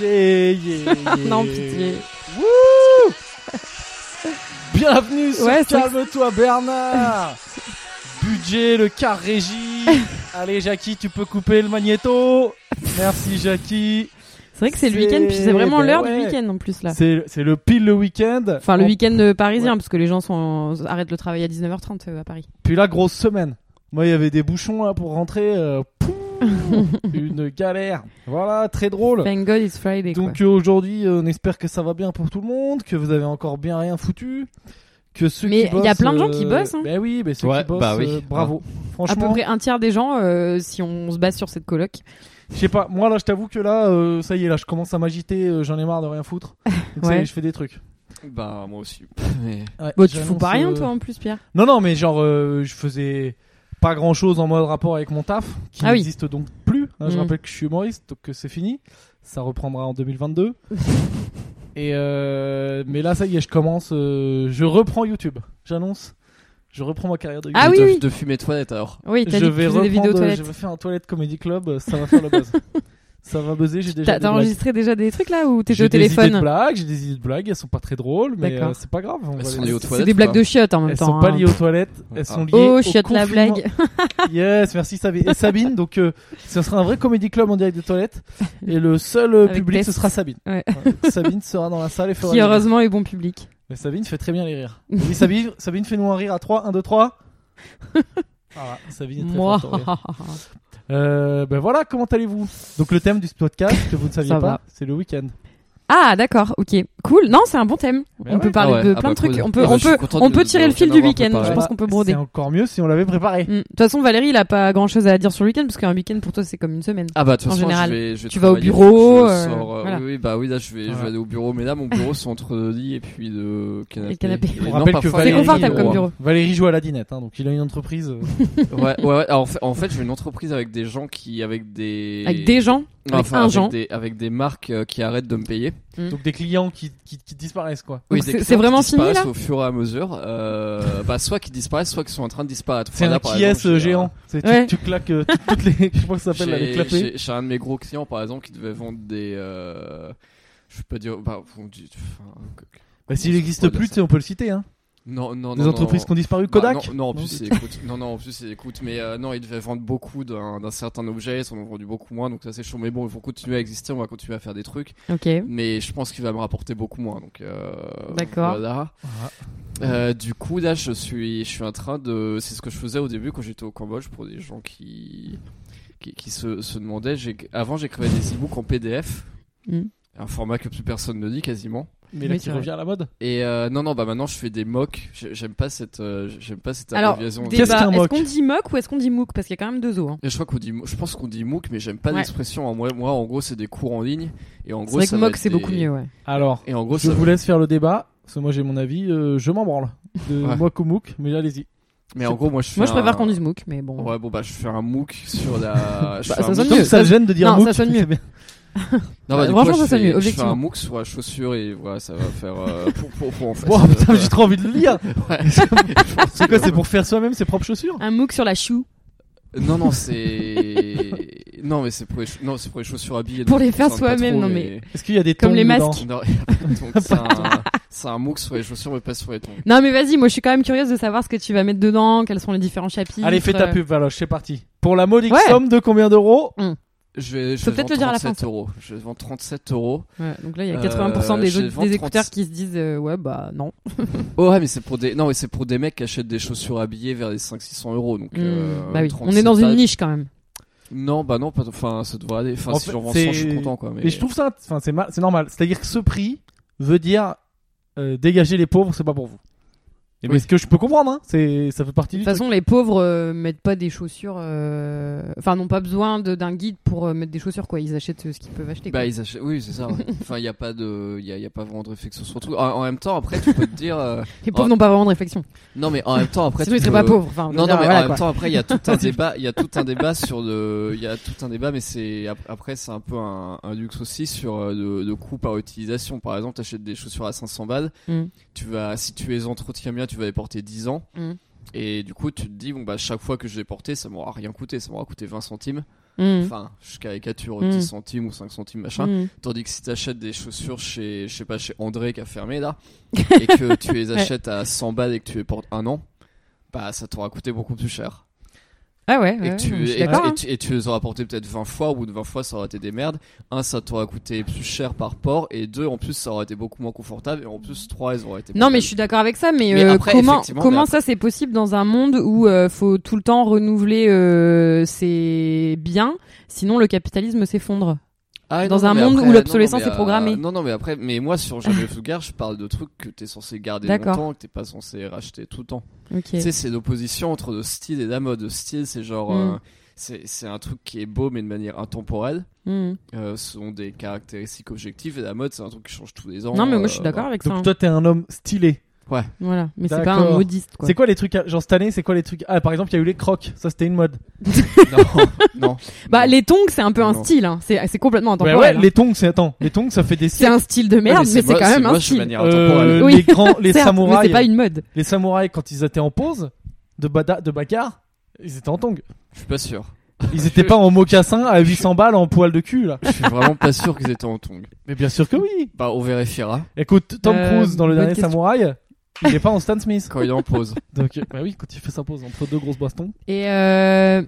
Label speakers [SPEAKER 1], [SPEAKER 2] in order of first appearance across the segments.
[SPEAKER 1] Yeah, yeah, yeah.
[SPEAKER 2] non, pitié.
[SPEAKER 1] Wouh Bienvenue sur
[SPEAKER 2] Ouais, c'est vrai que
[SPEAKER 1] Calme-toi Bernard Budget, le car régie. Allez Jackie, tu peux couper le magnéto. Merci Jackie.
[SPEAKER 2] C'est vrai que c'est le week-end, puis
[SPEAKER 1] C'est-
[SPEAKER 2] c'est vraiment
[SPEAKER 1] ben
[SPEAKER 2] l'heure
[SPEAKER 1] ouais.
[SPEAKER 2] du week-end en plus là.
[SPEAKER 1] C'est c'est le pile le week-end. Oh,
[SPEAKER 2] Enfin, le
[SPEAKER 1] On-
[SPEAKER 2] week-end euh, parisien,
[SPEAKER 1] Ouais.
[SPEAKER 2] parce que les gens sont... arrêtent le travail à 19h30 euh, à Paris.
[SPEAKER 1] Puis la grosse semaine. Moi, il y avait des bouchons là pour rentrer. euh, pouh, une galère. Voilà, très drôle.
[SPEAKER 2] Thank God it's Friday. quoi.
[SPEAKER 1] Donc euh, aujourd'hui, euh, on espère que ça va bien pour tout le monde, que vous avez encore bien rien foutu, que ceux
[SPEAKER 2] Mais
[SPEAKER 1] qui
[SPEAKER 2] il y a plein de gens qui bossent, hein.
[SPEAKER 1] Ben oui, mais ceux
[SPEAKER 3] Ouais,
[SPEAKER 1] qui bossent,
[SPEAKER 3] bah oui.
[SPEAKER 1] euh, bravo.
[SPEAKER 2] à peu
[SPEAKER 1] Franchement,
[SPEAKER 2] près un tiers des gens, euh, si on se base sur cette coloc.
[SPEAKER 1] je sais pas. Moi là, je t'avoue que là, euh, ça y est, là, je commence à m'agiter. euh, J'en ai marre de rien foutre. Donc, ça y est,
[SPEAKER 2] Ouais.
[SPEAKER 1] je fais des trucs.
[SPEAKER 3] Bah moi aussi. Mais
[SPEAKER 1] Ouais,
[SPEAKER 2] Bon, tu
[SPEAKER 1] j'annonce,
[SPEAKER 2] fous pas rien
[SPEAKER 1] euh,
[SPEAKER 2] toi en plus, Pierre.
[SPEAKER 1] Non, non, mais genre, euh, je faisais pas grand chose en mode rapport avec mon taf, qui
[SPEAKER 2] Ah oui.
[SPEAKER 1] n'existe donc plus. hein. Je
[SPEAKER 2] Mm.
[SPEAKER 1] rappelle que je suis humoriste, donc que c'est fini. Ça reprendra en 2022. Et euh, mais là, ça y est, je commence. euh, je reprends YouTube. J'annonce. Je reprends ma carrière de YouTube.
[SPEAKER 2] Ah oui,
[SPEAKER 3] de,
[SPEAKER 2] oui.
[SPEAKER 3] de fumer de toilette alors.
[SPEAKER 2] Oui, t'as dit
[SPEAKER 1] je
[SPEAKER 2] que tu
[SPEAKER 1] vais
[SPEAKER 2] faisais des vidéos
[SPEAKER 1] reprendre. Je
[SPEAKER 2] toilettes.
[SPEAKER 1] vais faire un toilette comedy club. euh, Ça va faire le buzz. ça va buzzer. J'ai déjà.
[SPEAKER 2] T'as
[SPEAKER 1] des
[SPEAKER 2] t'as
[SPEAKER 1] blagues.
[SPEAKER 2] enregistré déjà des trucs là ou t'étais
[SPEAKER 1] J'ai
[SPEAKER 2] au
[SPEAKER 1] des idées de
[SPEAKER 2] téléphone
[SPEAKER 1] blagues. J'ai des idées de blagues. Elles sont pas très drôles, mais
[SPEAKER 2] D'accord.
[SPEAKER 1] euh, c'est pas grave. on va
[SPEAKER 3] Elles sont
[SPEAKER 1] les-
[SPEAKER 3] liées aux
[SPEAKER 2] C'est
[SPEAKER 3] toilettes. Ah.
[SPEAKER 2] des blagues
[SPEAKER 3] quoi.
[SPEAKER 2] de chiottes en même
[SPEAKER 1] Elles
[SPEAKER 2] temps.
[SPEAKER 1] sont pas
[SPEAKER 2] hein.
[SPEAKER 1] liées aux toilettes. Elles sont liées
[SPEAKER 2] Oh,
[SPEAKER 1] au
[SPEAKER 2] chiotte la
[SPEAKER 1] confinement.
[SPEAKER 2] blague.
[SPEAKER 1] Yes, merci Sabine. Et Sabine, donc euh, ce sera un vrai comédie club en direct des toilettes. Et le seul euh,
[SPEAKER 2] Avec
[SPEAKER 1] public,
[SPEAKER 2] Tess.
[SPEAKER 1] ce sera Sabine.
[SPEAKER 2] Ouais.
[SPEAKER 1] Ouais, donc Sabine sera dans la salle et fera.
[SPEAKER 2] Qui
[SPEAKER 1] les rires.
[SPEAKER 2] heureusement est bon public.
[SPEAKER 1] Mais Sabine fait très bien les rires. Oui, Sabine, Sabine fais-nous un rire à 3, 1, 2, 3. Voilà, Sabine est très
[SPEAKER 2] Moi.
[SPEAKER 1] forte en rire. Euh, ben voilà, comment allez-vous Donc le thème du podcast que vous ne saviez
[SPEAKER 2] Ça va.
[SPEAKER 1] pas, c'est le week-end.
[SPEAKER 2] Ah d'accord, ok, cool. Non, c'est un bon thème.
[SPEAKER 1] Ben
[SPEAKER 2] on
[SPEAKER 1] ouais.
[SPEAKER 2] peut parler
[SPEAKER 3] Ah ouais,
[SPEAKER 2] de
[SPEAKER 3] ah
[SPEAKER 2] plein
[SPEAKER 3] bah
[SPEAKER 2] de trucs.
[SPEAKER 3] cool.
[SPEAKER 2] On peut,
[SPEAKER 3] Ah bah,
[SPEAKER 2] on
[SPEAKER 3] je suis
[SPEAKER 2] peut,
[SPEAKER 3] content
[SPEAKER 2] on
[SPEAKER 3] de-
[SPEAKER 2] peut
[SPEAKER 3] de-
[SPEAKER 2] tirer le
[SPEAKER 3] de
[SPEAKER 2] fil du
[SPEAKER 3] l'avoir
[SPEAKER 2] week-end.
[SPEAKER 3] préparé.
[SPEAKER 2] Je pense
[SPEAKER 1] Voilà,
[SPEAKER 2] qu'on peut broder.
[SPEAKER 1] C'est encore mieux si on l'avait préparé.
[SPEAKER 2] Mm. De toute façon, Valérie, il a pas grand chose à dire sur le week-end parce qu'un week-end pour toi c'est comme une semaine.
[SPEAKER 3] Ah bah de toute
[SPEAKER 2] En
[SPEAKER 3] façon
[SPEAKER 2] général,
[SPEAKER 3] je vais, je vais
[SPEAKER 2] tu vas au
[SPEAKER 3] travailler,
[SPEAKER 2] bureau,
[SPEAKER 3] je
[SPEAKER 2] euh,
[SPEAKER 3] sors, euh,
[SPEAKER 2] voilà.
[SPEAKER 3] oui, oui, bah oui là je vais, je
[SPEAKER 1] Voilà.
[SPEAKER 3] vais aller au bureau mais là mon bureau c'est entre le lit et puis le canapé.
[SPEAKER 2] Et le canapé.
[SPEAKER 3] Et
[SPEAKER 1] On
[SPEAKER 3] non,
[SPEAKER 1] rappelle que
[SPEAKER 3] parfois,
[SPEAKER 1] Valérie,
[SPEAKER 3] il y a
[SPEAKER 2] confortable
[SPEAKER 3] des
[SPEAKER 2] comme
[SPEAKER 3] bureaux.
[SPEAKER 2] bureau.
[SPEAKER 1] Valérie joue à la dinette, hein, donc il a une entreprise. euh,
[SPEAKER 3] Ouais ouais ouais. Alors, en fait, en fait, j'ai une entreprise avec des gens qui avec des
[SPEAKER 2] Avec des gens,
[SPEAKER 3] Non,
[SPEAKER 2] avec
[SPEAKER 3] enfin,
[SPEAKER 2] un Jean.
[SPEAKER 3] des, avec des marques euh, qui arrêtent de me payer.
[SPEAKER 1] donc des clients qui, qui, qui disparaissent quoi.
[SPEAKER 2] Donc
[SPEAKER 3] Oui,
[SPEAKER 2] c'est-
[SPEAKER 3] des clients
[SPEAKER 2] c'est vraiment
[SPEAKER 3] qui
[SPEAKER 2] fini,
[SPEAKER 3] disparaissent
[SPEAKER 2] là
[SPEAKER 3] au fur et à mesure, euh, bah, soit qui disparaissent, soit qui sont en train de disparaître.
[SPEAKER 1] C'est
[SPEAKER 3] Enfin,
[SPEAKER 1] un
[SPEAKER 3] là, par
[SPEAKER 1] qui est
[SPEAKER 3] exemple, j'ai,
[SPEAKER 1] géant. C'est- tu-
[SPEAKER 2] Ouais.
[SPEAKER 1] Tu, claques euh, toutes- toutes les. Je crois que ça
[SPEAKER 3] euh,
[SPEAKER 1] s'appelle là, les
[SPEAKER 3] J'ai
[SPEAKER 1] clapets.
[SPEAKER 3] j'ai- j'ai un de mes gros clients, par exemple, qui devait vendre des. euh, je peux dire. Bah, on dit- enfin, que-
[SPEAKER 1] Bah, s'il n'existe
[SPEAKER 3] Ouais, là,
[SPEAKER 1] plus, tu
[SPEAKER 3] ça-
[SPEAKER 1] sais, on peut le citer. Hein.
[SPEAKER 3] non, non,
[SPEAKER 1] Des
[SPEAKER 3] non,
[SPEAKER 1] entreprises
[SPEAKER 3] non.
[SPEAKER 1] qui ont disparu.
[SPEAKER 3] Bah,
[SPEAKER 1] Kodak
[SPEAKER 3] non, non, en
[SPEAKER 1] Non,
[SPEAKER 3] plus, c'est écoute. Non, non, en plus, c'est écoute. Mais euh, non, ils devaient vendre beaucoup d'un d'un certain objet. Ils en ont vendu beaucoup moins, donc ça c'est chaud. Mais bon, ils vont continuer à exister. On va continuer à faire des trucs.
[SPEAKER 2] Ok.
[SPEAKER 3] Mais je pense qu'il va me rapporter beaucoup moins. Donc, euh,
[SPEAKER 2] D'accord.
[SPEAKER 3] Voilà.
[SPEAKER 1] Ah,
[SPEAKER 3] Euh, du coup, là, je suis, je suis en train de. C'est ce que je faisais au début quand j'étais au Cambodge pour des gens qui, qui, qui se, se demandaient. J'ai- Avant, j'écrivais des e-books en PDF,
[SPEAKER 2] Mm.
[SPEAKER 3] un format que plus personne ne dit quasiment.
[SPEAKER 1] Mais
[SPEAKER 2] Mais
[SPEAKER 1] là, qui
[SPEAKER 2] c'est vrai.
[SPEAKER 1] revient à la mode.
[SPEAKER 3] Et euh, non, non, bah maintenant, je fais des mocks. J'ai- J'aime pas cette, euh, j'aime pas cette
[SPEAKER 2] Alors,
[SPEAKER 3] abréviation.
[SPEAKER 2] débat,
[SPEAKER 1] qu'un
[SPEAKER 2] est-ce
[SPEAKER 1] mock
[SPEAKER 2] qu'on dit mock ou est-ce qu'on dit MOOC Parce qu'il y a quand même deux O. hein.
[SPEAKER 3] Et je crois qu'on dit, mo- je pense qu'on dit MOOC, mais j'aime pas
[SPEAKER 2] Ouais.
[SPEAKER 3] l'expression. En Moi, moi, en gros, c'est des cours en ligne. Et en
[SPEAKER 2] C'est
[SPEAKER 3] gros,
[SPEAKER 2] vrai que
[SPEAKER 3] ça va
[SPEAKER 2] mock
[SPEAKER 3] être
[SPEAKER 2] c'est
[SPEAKER 3] des-
[SPEAKER 2] beaucoup mieux, ouais.
[SPEAKER 1] Alors,
[SPEAKER 3] Et en gros,
[SPEAKER 1] je
[SPEAKER 3] ça.
[SPEAKER 1] vous laisse faire le débat. Parce que moi, j'ai mon avis. euh, je m'en branle. De
[SPEAKER 3] Ouais.
[SPEAKER 1] moi qu'au MOOC, mais allez-y.
[SPEAKER 3] Mais en gros, moi, je fais.
[SPEAKER 2] Moi je préfère
[SPEAKER 3] un-
[SPEAKER 2] qu'on dise MOOC, mais bon.
[SPEAKER 3] Ouais, bon, bah, je fais un MOOC sur la. je
[SPEAKER 2] Bah,
[SPEAKER 3] fais
[SPEAKER 2] ça
[SPEAKER 3] un
[SPEAKER 2] sonne
[SPEAKER 3] MOOC
[SPEAKER 1] Donc,
[SPEAKER 2] mieux.
[SPEAKER 1] ça te gêne de dire
[SPEAKER 2] Non,
[SPEAKER 1] MOOC.
[SPEAKER 2] ça sonne
[SPEAKER 1] c'est
[SPEAKER 2] mieux.
[SPEAKER 1] bien.
[SPEAKER 3] Non,
[SPEAKER 2] Ouais,
[SPEAKER 3] bah, du
[SPEAKER 2] franchement,
[SPEAKER 3] coup,
[SPEAKER 2] ça,
[SPEAKER 3] je
[SPEAKER 2] c'est
[SPEAKER 3] fais-
[SPEAKER 2] mieux,
[SPEAKER 3] Je fais
[SPEAKER 2] objectivement.
[SPEAKER 3] un MOOC sur la chaussure et voilà, ça va faire euh, pour, pour, pour en fait.
[SPEAKER 1] Wow, putain, j'ai trop envie de le lire.
[SPEAKER 3] C'est
[SPEAKER 1] C'est quoi C'est pour faire soi-même ses propres chaussures
[SPEAKER 2] Un MOOC sur la chou.
[SPEAKER 3] Non, non, c'est. Non, mais c'est pour, les cha- non, c'est pour les chaussures habillées.
[SPEAKER 2] Pour
[SPEAKER 3] donc
[SPEAKER 2] les faire
[SPEAKER 3] ça me parle pas
[SPEAKER 2] soi-même,
[SPEAKER 3] trop,
[SPEAKER 2] non,
[SPEAKER 1] Est-ce qu'il y a des
[SPEAKER 2] Comme
[SPEAKER 1] tongs
[SPEAKER 2] les masques.
[SPEAKER 1] dedans
[SPEAKER 3] Non, y a pas de tongs, c'est un- c'est un MOOC sur les chaussures, mais pas sur les tongs.
[SPEAKER 2] Non mais vas-y, moi je suis quand même curieuse de savoir ce que tu vas mettre dedans, quels sont les différents chapitres.
[SPEAKER 1] Allez, fais ta
[SPEAKER 2] euh,
[SPEAKER 1] pub, Valoche. C'est parti. Pour la modique
[SPEAKER 2] Ouais.
[SPEAKER 1] somme de combien d'euros
[SPEAKER 3] Je vais, je
[SPEAKER 2] Faut
[SPEAKER 3] vais
[SPEAKER 2] peut-être
[SPEAKER 3] vendre
[SPEAKER 2] le dire à la fin,
[SPEAKER 3] 37 euros. Je vends 37 euros.
[SPEAKER 2] ouais, donc là il y a
[SPEAKER 3] Euh,
[SPEAKER 2] 80% des,
[SPEAKER 3] j'ai
[SPEAKER 2] des
[SPEAKER 3] 20,
[SPEAKER 2] écouteurs
[SPEAKER 3] 30.
[SPEAKER 2] qui se disent euh, ouais bah non.
[SPEAKER 3] Oh, ouais, mais c'est pour des, non, mais c'est pour des mecs qui achètent des chaussures habillées vers les 500-600 euros. Donc, euh,
[SPEAKER 2] Hmm, bah oui, on
[SPEAKER 3] 37
[SPEAKER 2] est dans une
[SPEAKER 3] balles.
[SPEAKER 2] niche quand même.
[SPEAKER 3] Non, bah non, pas, enfin, ça devrait aller. Enfin,
[SPEAKER 1] En
[SPEAKER 3] si
[SPEAKER 1] fait,
[SPEAKER 3] j'en vends
[SPEAKER 1] c'est-
[SPEAKER 3] 100, je suis content, quoi. Mais,
[SPEAKER 1] Mais je trouve ça, enfin c'est mal- c'est normal. C'est-à-dire que ce prix veut dire euh, dégager les pauvres, c'est pas pour vous. Et
[SPEAKER 3] Oui.
[SPEAKER 1] mais ce que je peux comprendre, hein, c'est ça fait partie
[SPEAKER 2] De
[SPEAKER 1] du
[SPEAKER 2] toute
[SPEAKER 1] truc.
[SPEAKER 2] façon, les pauvres euh, mettent pas des chaussures, euh, enfin n'ont pas besoin de- d'un guide pour euh, mettre des chaussures quoi. Ils achètent euh, ce qu'ils peuvent acheter.
[SPEAKER 3] Bah,
[SPEAKER 2] quoi.
[SPEAKER 3] ils achètent... Oui, c'est ça. ouais. enfin, il n'y a pas de, il y a, y a pas vraiment de réflexion sur le truc. En, en même temps, après, tu peux te dire. euh,
[SPEAKER 2] Les pauvres
[SPEAKER 3] oh.
[SPEAKER 2] n'ont pas vraiment de réflexion.
[SPEAKER 3] Non, mais en même temps, après.
[SPEAKER 2] Sinon
[SPEAKER 3] tu
[SPEAKER 2] ils seraient
[SPEAKER 3] peux-
[SPEAKER 2] pas pauvres. Enfin, je veux
[SPEAKER 3] Non, non,
[SPEAKER 2] dire,
[SPEAKER 3] mais
[SPEAKER 2] voilà,
[SPEAKER 3] en
[SPEAKER 2] quoi.
[SPEAKER 3] même temps, après, il y a tout un débat. Il y a tout un débat sur le. Il y a tout un débat, mais c'est ap- après, c'est un peu un, un luxe aussi sur euh, le, le coût par utilisation. Par exemple, t'achètes des chaussures à 500 balles.
[SPEAKER 2] Mm.
[SPEAKER 3] Tu vas, si tu les entretiens bien, tu vas les porter 10 ans.
[SPEAKER 2] Mm.
[SPEAKER 3] Et du coup, tu te dis bon bah chaque fois que je les portais, ça m'aura rien coûté. Ça m'aura coûté 20 centimes.
[SPEAKER 2] Mm.
[SPEAKER 3] Enfin, je caricature
[SPEAKER 2] Mm.
[SPEAKER 3] 10 centimes ou 5 centimes, machin.
[SPEAKER 2] Mm.
[SPEAKER 3] Tandis que si t'achètes des chaussures chez, je sais pas, chez André qui a fermé là, et que tu les achètes à 100 balles et que tu les portes un an, bah ça t'aura coûté beaucoup plus cher.
[SPEAKER 2] Ah ouais,
[SPEAKER 3] et,
[SPEAKER 2] ouais,
[SPEAKER 3] que tu,
[SPEAKER 2] je suis
[SPEAKER 3] et-
[SPEAKER 2] d'accord.
[SPEAKER 3] et
[SPEAKER 2] hein.
[SPEAKER 3] tu- et tu les auras portés peut-être 20 fois, au bout de 20 fois ça aura été des merdes. Un, ça t'aura coûté plus cher par port, et deux, en plus ça aura été beaucoup moins confortable, et en plus trois, elles auraient été
[SPEAKER 2] Non, mais
[SPEAKER 3] plus belles.
[SPEAKER 2] je suis d'accord avec ça, mais,
[SPEAKER 3] Mais
[SPEAKER 2] euh,
[SPEAKER 3] après,
[SPEAKER 2] comment,
[SPEAKER 3] effectivement,
[SPEAKER 2] comment
[SPEAKER 3] mais
[SPEAKER 2] ça c'est possible dans un monde où euh, faut tout le temps renouveler euh, ses biens, sinon le capitalisme s'effondre
[SPEAKER 3] Ah,
[SPEAKER 2] Dans un
[SPEAKER 3] mais
[SPEAKER 2] monde où
[SPEAKER 3] non, non,
[SPEAKER 2] l'obsolescence
[SPEAKER 3] mais, euh,
[SPEAKER 2] est programmée.
[SPEAKER 3] non, non, mais après, mais moi sur Jamais sous garde, je parle de trucs que t'es censé garder
[SPEAKER 2] D'accord.
[SPEAKER 3] longtemps, que t'es pas censé racheter tout le temps.
[SPEAKER 2] Ok.
[SPEAKER 3] Tu sais, c'est l'opposition entre le style et la mode. Le style, c'est genre.
[SPEAKER 2] Mm.
[SPEAKER 3] euh, c'est c'est un truc qui est beau, mais de manière intemporelle.
[SPEAKER 2] Mm.
[SPEAKER 3] Euh, ce sont des caractéristiques objectives. Et la mode, c'est un truc qui change tous les ans.
[SPEAKER 2] Non, mais moi
[SPEAKER 3] euh,
[SPEAKER 2] je suis d'accord avec ça.
[SPEAKER 1] Donc
[SPEAKER 2] hein.
[SPEAKER 1] toi, t'es un homme stylé.
[SPEAKER 2] Voilà, mais c'est pas un
[SPEAKER 1] D'accord.
[SPEAKER 2] modiste quoi.
[SPEAKER 1] C'est quoi les trucs, à- genre cette année, c'est quoi les trucs Ah, par exemple, il y a eu les crocs, ça c'était une mode.
[SPEAKER 3] voilà. non, non.
[SPEAKER 2] Bah les tongs c'est un peu un
[SPEAKER 3] Non.
[SPEAKER 2] style, hein. c'est c'est complètement
[SPEAKER 1] Ouais,
[SPEAKER 2] intemporel.
[SPEAKER 1] Bah ouais,
[SPEAKER 2] hein.
[SPEAKER 1] les tongs, c'est attends, les tongs, ça fait des
[SPEAKER 2] C'est
[SPEAKER 1] siècles.
[SPEAKER 2] un style de merde, mais c'est
[SPEAKER 3] mo-
[SPEAKER 2] quand même un
[SPEAKER 3] Ah, moche de
[SPEAKER 2] style.
[SPEAKER 3] manière intemporelle.
[SPEAKER 1] Euh,
[SPEAKER 2] Oui.
[SPEAKER 1] les grands, les
[SPEAKER 2] Certes, mais
[SPEAKER 1] samouraïs,
[SPEAKER 2] c'est pas une mode.
[SPEAKER 1] les samouraïs quand ils étaient en pause de bada, de Bakar, ils étaient en tongs.
[SPEAKER 3] Je suis pas sûr.
[SPEAKER 1] Ils étaient pas en mocassin à 800 balles en poil de cul là.
[SPEAKER 3] Je suis vraiment pas sûr qu'ils étaient en tongs.
[SPEAKER 1] Mais bien sûr que oui.
[SPEAKER 3] Bah, on verra
[SPEAKER 1] Écoute, Tom
[SPEAKER 2] Euh,
[SPEAKER 1] Cruise dans le
[SPEAKER 2] bonne
[SPEAKER 1] dernier
[SPEAKER 2] question.
[SPEAKER 1] samouraï, il est pas en Stan Smith.
[SPEAKER 3] quand il est en pause.
[SPEAKER 1] Donc euh, bah oui, quand il fait sa pause entre deux grosses bastons.
[SPEAKER 2] Et euh,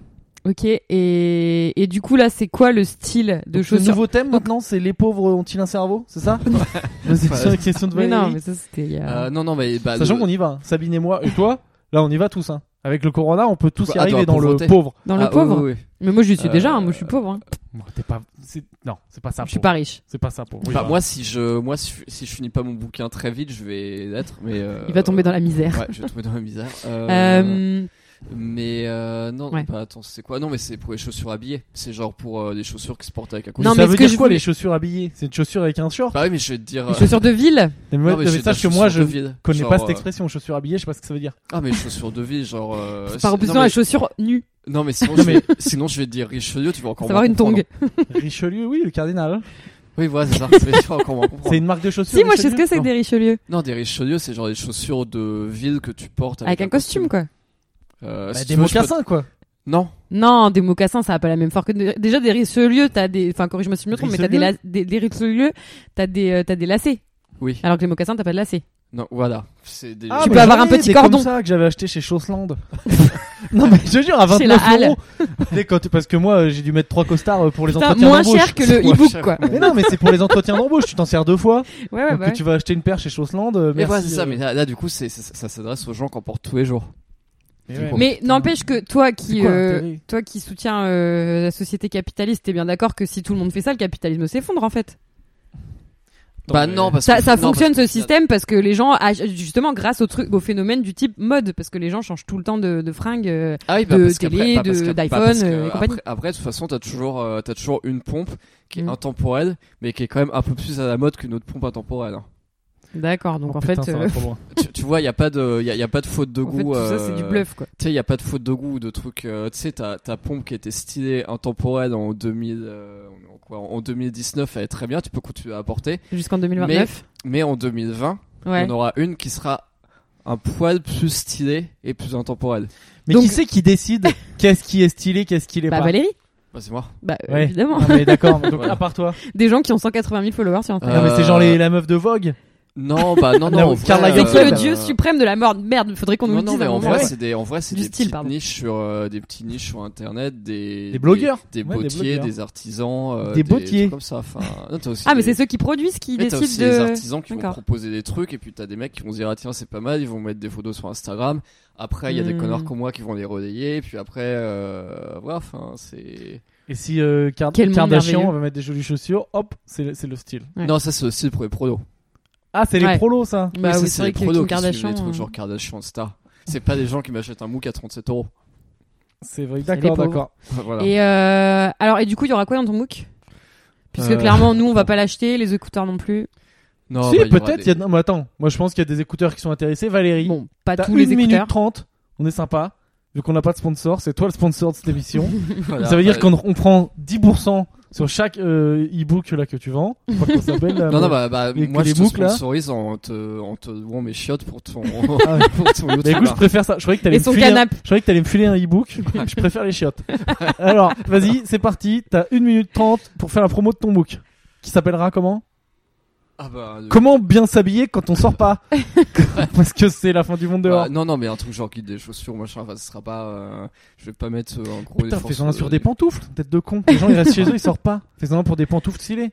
[SPEAKER 2] ok, et, et du coup là c'est quoi le style de
[SPEAKER 1] Donc, le
[SPEAKER 2] chaussures
[SPEAKER 1] nouveau thème maintenant, c'est les pauvres ont-ils un cerveau, c'est ça C'est sur la question de
[SPEAKER 2] Mais non,
[SPEAKER 1] Valérie.
[SPEAKER 2] mais ça c'était. il y a-
[SPEAKER 3] Euh, non, non, mais bah,
[SPEAKER 1] Sachant
[SPEAKER 3] de-
[SPEAKER 1] qu'on y va, hein. Sabine et moi, et toi, là on y va tous. Hein. Avec le corona, on peut tous y
[SPEAKER 3] Ah, dans
[SPEAKER 1] arriver
[SPEAKER 3] la
[SPEAKER 1] dans le
[SPEAKER 3] pauvreté.
[SPEAKER 1] pauvre.
[SPEAKER 2] Dans
[SPEAKER 3] Ah,
[SPEAKER 2] le
[SPEAKER 3] oui,
[SPEAKER 2] pauvre.
[SPEAKER 3] oui, oui.
[SPEAKER 2] Mais moi je suis
[SPEAKER 3] Euh,
[SPEAKER 2] déjà, hein, moi je suis pauvre. hein.
[SPEAKER 1] Moi, t'es pas... c'est- Non, c'est pas ça.
[SPEAKER 2] Je suis
[SPEAKER 1] pauvre.
[SPEAKER 2] pas riche.
[SPEAKER 1] C'est pas ça pour
[SPEAKER 3] Bah, moi, si je, moi, si si je finis pas mon bouquin très vite, je vais l'être. Mais euh,
[SPEAKER 2] Il va tomber dans la misère.
[SPEAKER 3] Ouais, je vais tomber dans la misère.
[SPEAKER 2] Euh,
[SPEAKER 3] Mais euh, non,
[SPEAKER 2] Ouais.
[SPEAKER 3] bah, attends, c'est quoi Non, mais c'est pour les chaussures habillées. C'est genre pour euh, les chaussures qui se portent avec un
[SPEAKER 1] non,
[SPEAKER 3] costume.
[SPEAKER 2] Non,
[SPEAKER 1] ça
[SPEAKER 2] mais
[SPEAKER 1] veut
[SPEAKER 2] ce que
[SPEAKER 1] dire
[SPEAKER 2] je
[SPEAKER 1] quoi
[SPEAKER 2] voulais-
[SPEAKER 1] les chaussures habillées C'est une chaussure avec un short
[SPEAKER 3] Bah oui, mais je vais te dire.
[SPEAKER 2] les chaussures de ville.
[SPEAKER 3] Bah,
[SPEAKER 1] Mais moi, mais sache que moi je connais pas
[SPEAKER 3] euh,
[SPEAKER 1] cette expression, chaussure habillée, je sais pas ce que ça veut dire.
[SPEAKER 3] Ah, mais chaussures de vie, genre. euh, si-
[SPEAKER 2] Par opposition
[SPEAKER 3] non,
[SPEAKER 2] à
[SPEAKER 3] mais,
[SPEAKER 2] la chaussure nue.
[SPEAKER 3] non, mais sinon, je vais, sinon, je vais te dire Richelieu, tu vas encore
[SPEAKER 2] Savoir
[SPEAKER 3] moins
[SPEAKER 2] une tongue.
[SPEAKER 3] comprendre.
[SPEAKER 1] Richelieu, oui, le cardinal.
[SPEAKER 3] Oui, voilà, c'est ça. mais tu vas encore moins comprendre.
[SPEAKER 1] C'est une marque de chaussures.
[SPEAKER 2] Si, moi je sais ce que
[SPEAKER 1] Richelieu
[SPEAKER 2] c'est que des Richelieu.
[SPEAKER 3] Non, des Richelieu, c'est genre des chaussures de ville que tu portes
[SPEAKER 2] Avec
[SPEAKER 3] avec,
[SPEAKER 2] un costume quoi.
[SPEAKER 3] Euh,
[SPEAKER 1] Bah,
[SPEAKER 3] si
[SPEAKER 1] Des
[SPEAKER 3] tu veux, je peux-
[SPEAKER 1] mocassins quoi.
[SPEAKER 3] Non.
[SPEAKER 2] Non, des mocassins, ça a pas la même force que des- déjà des Richelieu. T'as des, enfin corrige-moi si je me trompe, mais t'as des,
[SPEAKER 1] Richelieu
[SPEAKER 2] la- des, des Richelieu, t'as des, euh, t'as des lacets.
[SPEAKER 3] Oui.
[SPEAKER 2] Alors que les mocassins, t'as pas de lacets.
[SPEAKER 3] Non, voilà. C'est des.
[SPEAKER 2] Tu
[SPEAKER 1] Ah, mais
[SPEAKER 2] peux avoir
[SPEAKER 1] j'en
[SPEAKER 2] un
[SPEAKER 1] ai
[SPEAKER 2] petit
[SPEAKER 1] des comme
[SPEAKER 2] cordon.
[SPEAKER 1] ça que j'avais acheté chez Chausseland. non mais je te jure à
[SPEAKER 2] Chez la
[SPEAKER 1] 29
[SPEAKER 2] Halle.
[SPEAKER 1] euros. Tu sais, quand- parce que moi euh, j'ai dû mettre trois costards euh, pour les
[SPEAKER 2] Putain,
[SPEAKER 1] entretiens
[SPEAKER 2] moins
[SPEAKER 1] d'embauche.
[SPEAKER 2] cher que le
[SPEAKER 3] Moins
[SPEAKER 2] e-book
[SPEAKER 3] cher.
[SPEAKER 2] quoi.
[SPEAKER 1] Mais non mais c'est pour les entretiens d'embauche, tu t'en sers deux fois.
[SPEAKER 2] Ouais ouais
[SPEAKER 1] donc
[SPEAKER 2] bah ouais.
[SPEAKER 1] tu vas acheter une paire chez Chausseland. euh,
[SPEAKER 3] Mais
[SPEAKER 1] merci,
[SPEAKER 3] voilà, c'est ça.
[SPEAKER 1] euh,
[SPEAKER 3] Mais là, là, du coup, c'est- ça, ça s'adresse aux gens qu'on porte tous les jours.
[SPEAKER 1] mais
[SPEAKER 3] du
[SPEAKER 1] ouais.
[SPEAKER 3] coup.
[SPEAKER 2] Mais n'empêche que toi
[SPEAKER 1] C'est
[SPEAKER 2] qui,
[SPEAKER 1] quoi
[SPEAKER 2] euh,
[SPEAKER 1] l'intérêt
[SPEAKER 2] toi qui soutiens euh, la société capitaliste, t'es bien d'accord que si tout le monde fait ça, le capitalisme s'effondre en fait.
[SPEAKER 1] Attends,
[SPEAKER 3] Bah
[SPEAKER 1] mais-
[SPEAKER 3] non, parce
[SPEAKER 2] Ça,
[SPEAKER 3] que
[SPEAKER 2] ça
[SPEAKER 3] non, parce
[SPEAKER 2] fonctionne ce
[SPEAKER 3] que-
[SPEAKER 2] système parce que les gens, ach- justement, grâce au truc, au phénomène du type mode, parce que les gens changent tout le temps de, de fringues. euh,
[SPEAKER 3] Ah oui,
[SPEAKER 2] de
[SPEAKER 3] parce qu'après-
[SPEAKER 2] télé,
[SPEAKER 3] parce
[SPEAKER 2] de-
[SPEAKER 3] que-
[SPEAKER 2] d'iPhone,
[SPEAKER 3] parce que
[SPEAKER 2] euh, et compagnie.
[SPEAKER 3] Après, après, de toute façon, t'as toujours, euh, t'as toujours une pompe qui est
[SPEAKER 2] Mm.
[SPEAKER 3] intemporelle, mais qui est quand même un peu plus à la mode qu'une autre pompe intemporelle. hein.
[SPEAKER 2] D'accord, donc
[SPEAKER 1] Oh,
[SPEAKER 2] en
[SPEAKER 1] putain,
[SPEAKER 2] fait,
[SPEAKER 1] ça va
[SPEAKER 2] euh,
[SPEAKER 1] trop loin.
[SPEAKER 3] tu, tu vois, il y a pas de, il y, a- y a pas de faute de
[SPEAKER 2] en fait,
[SPEAKER 3] goût.
[SPEAKER 2] tout ça c'est
[SPEAKER 3] euh,
[SPEAKER 2] du bluff quoi.
[SPEAKER 3] Tu sais, il y a pas de faute de goût ou de truc. euh, tu sais, ta ta pompe qui était stylée intemporelle en 2000, euh, en quoi, en 2019, elle est très bien. Tu peux continuer à la porter,
[SPEAKER 2] Jusqu'en 2029.
[SPEAKER 3] mais en 2020,
[SPEAKER 2] ouais.
[SPEAKER 3] on aura une qui sera un poil plus stylée et plus intemporelle.
[SPEAKER 1] Mais
[SPEAKER 2] Donc-
[SPEAKER 1] qui c'est qui décide qu'est-ce qui est stylé, qu'est-ce qui l'est
[SPEAKER 2] Bah
[SPEAKER 1] pas
[SPEAKER 2] Valérie,
[SPEAKER 3] Bah, c'est moi.
[SPEAKER 2] bah euh,
[SPEAKER 1] Ouais.
[SPEAKER 2] évidemment.
[SPEAKER 1] Non, mais d'accord. Donc
[SPEAKER 3] Voilà.
[SPEAKER 1] à part toi.
[SPEAKER 2] Des gens qui ont 180 000 followers sur Instagram.
[SPEAKER 1] Non mais c'est
[SPEAKER 3] Euh,
[SPEAKER 1] genre les- la meuf de Vogue.
[SPEAKER 3] Non, bah non, non.
[SPEAKER 1] Non,
[SPEAKER 3] en vrai,
[SPEAKER 1] Karl
[SPEAKER 2] C'est qui
[SPEAKER 1] Lagerfeld.
[SPEAKER 2] le dieu suprême de la mort Merde, faudrait qu'on nous
[SPEAKER 3] Euh, non,
[SPEAKER 2] le
[SPEAKER 3] non,
[SPEAKER 2] dise
[SPEAKER 3] mais
[SPEAKER 2] à un
[SPEAKER 3] en
[SPEAKER 2] moment.
[SPEAKER 3] vrai,
[SPEAKER 1] ouais.
[SPEAKER 3] c'est des, en vrai, c'est
[SPEAKER 2] Du
[SPEAKER 3] des
[SPEAKER 2] style,
[SPEAKER 3] petites
[SPEAKER 2] pardon.
[SPEAKER 3] niches sur, euh, des petites niches sur internet, des,
[SPEAKER 1] Des blogueurs.
[SPEAKER 3] des, des
[SPEAKER 1] Ouais, des
[SPEAKER 3] bottiers,
[SPEAKER 1] blogueurs.
[SPEAKER 3] des artisans, euh,
[SPEAKER 1] Des bottiers.
[SPEAKER 3] trucs comme ça. Enfin, non, t'as aussi
[SPEAKER 2] Ah, mais
[SPEAKER 3] des-
[SPEAKER 2] c'est ceux qui produisent qui
[SPEAKER 3] ouais, t'as aussi
[SPEAKER 2] décident
[SPEAKER 3] des
[SPEAKER 2] de.
[SPEAKER 3] artisans qui vont
[SPEAKER 2] D'accord.
[SPEAKER 3] proposer des trucs et puis t'as des mecs qui vont se dire ah tiens c'est pas mal ils vont mettre des photos sur Instagram après il y a des
[SPEAKER 2] Hmm.
[SPEAKER 3] connards comme moi qui vont les relayer et puis après euh, voilà enfin c'est
[SPEAKER 1] Et si euh, Kar-
[SPEAKER 2] Quel monde
[SPEAKER 1] Kardashian
[SPEAKER 2] merveilleux.
[SPEAKER 1] va mettre des jolies chaussures, hop, c'est le- c'est le style.
[SPEAKER 2] Ouais.
[SPEAKER 3] non ça c'est aussi pour les prodos
[SPEAKER 1] Ah, c'est les
[SPEAKER 2] Ouais.
[SPEAKER 1] prolos, ça.
[SPEAKER 2] Bah
[SPEAKER 3] ça,
[SPEAKER 2] oui,
[SPEAKER 3] c'est
[SPEAKER 2] c'est vrai
[SPEAKER 3] les
[SPEAKER 2] que
[SPEAKER 3] prodos
[SPEAKER 2] Kim
[SPEAKER 3] qui suivent
[SPEAKER 2] Kardashian.
[SPEAKER 3] les
[SPEAKER 2] euh,
[SPEAKER 3] trucs genre Kardashian star c'est pas des gens qui m'achètent un MOOC à 37 euros
[SPEAKER 1] C'est vrai.
[SPEAKER 2] C'est les
[SPEAKER 1] D'accord,
[SPEAKER 2] pauvres.
[SPEAKER 1] d'accord.
[SPEAKER 3] Enfin, voilà
[SPEAKER 2] Et euh, alors, et du coup, il y aura quoi dans ton MOOC Puisque
[SPEAKER 3] Euh,
[SPEAKER 2] clairement, nous, on va pas l'acheter, les écouteurs non plus.
[SPEAKER 3] non
[SPEAKER 1] si,
[SPEAKER 3] bah, il y aura
[SPEAKER 1] peut-être.
[SPEAKER 3] des-
[SPEAKER 1] il y a- Non, mais attends, moi je pense qu'il y a des écouteurs qui sont intéressés. Valérie,
[SPEAKER 2] Bon, pas
[SPEAKER 1] t'as
[SPEAKER 2] tous les
[SPEAKER 1] une minute
[SPEAKER 2] écouteurs.
[SPEAKER 1] 30, on est sympa. vu qu'on n'a pas de sponsor, c'est toi le sponsor de cette émission.
[SPEAKER 3] Voilà,
[SPEAKER 1] ça veut dire
[SPEAKER 3] bah,
[SPEAKER 1] qu'on on prend 10% sur chaque euh, e-book là que tu vends. Je sais pas comment ça s'appelle. euh, là,
[SPEAKER 3] Non, non,
[SPEAKER 1] mais-
[SPEAKER 3] bah, bah,
[SPEAKER 1] les-
[SPEAKER 3] moi
[SPEAKER 1] les
[SPEAKER 3] je te
[SPEAKER 1] boucles, là.
[SPEAKER 3] sponsorise en te, en te louant mes chiottes pour ton,
[SPEAKER 1] Ah,
[SPEAKER 3] pour ton
[SPEAKER 1] Mais
[SPEAKER 3] YouTube.
[SPEAKER 1] écoute, je préfère ça. Je croyais que t'allais
[SPEAKER 2] Et
[SPEAKER 1] me
[SPEAKER 2] son
[SPEAKER 1] filer. un-
[SPEAKER 2] canapé.
[SPEAKER 1] Je croyais que t'allais me filer un e-book. je préfère les chiottes. Alors, vas-y, c'est parti. T'as 1 minute 30 pour faire la promo de ton book. Qui s'appellera comment
[SPEAKER 3] Ah bah, euh,
[SPEAKER 1] Comment bien s'habiller quand on sort pas Parce que c'est la fin du monde
[SPEAKER 3] bah,
[SPEAKER 1] dehors.
[SPEAKER 3] non, non, mais un truc genre guide des chaussures, machin, enfin, ce sera pas, euh, je vais pas mettre euh, un gros
[SPEAKER 1] Putain,
[SPEAKER 3] effort
[SPEAKER 1] fais-en un sur des pantoufles, tête de con. Les gens ils restent chez eux, ils sortent pas. Fais-en un pour des pantoufles stylées.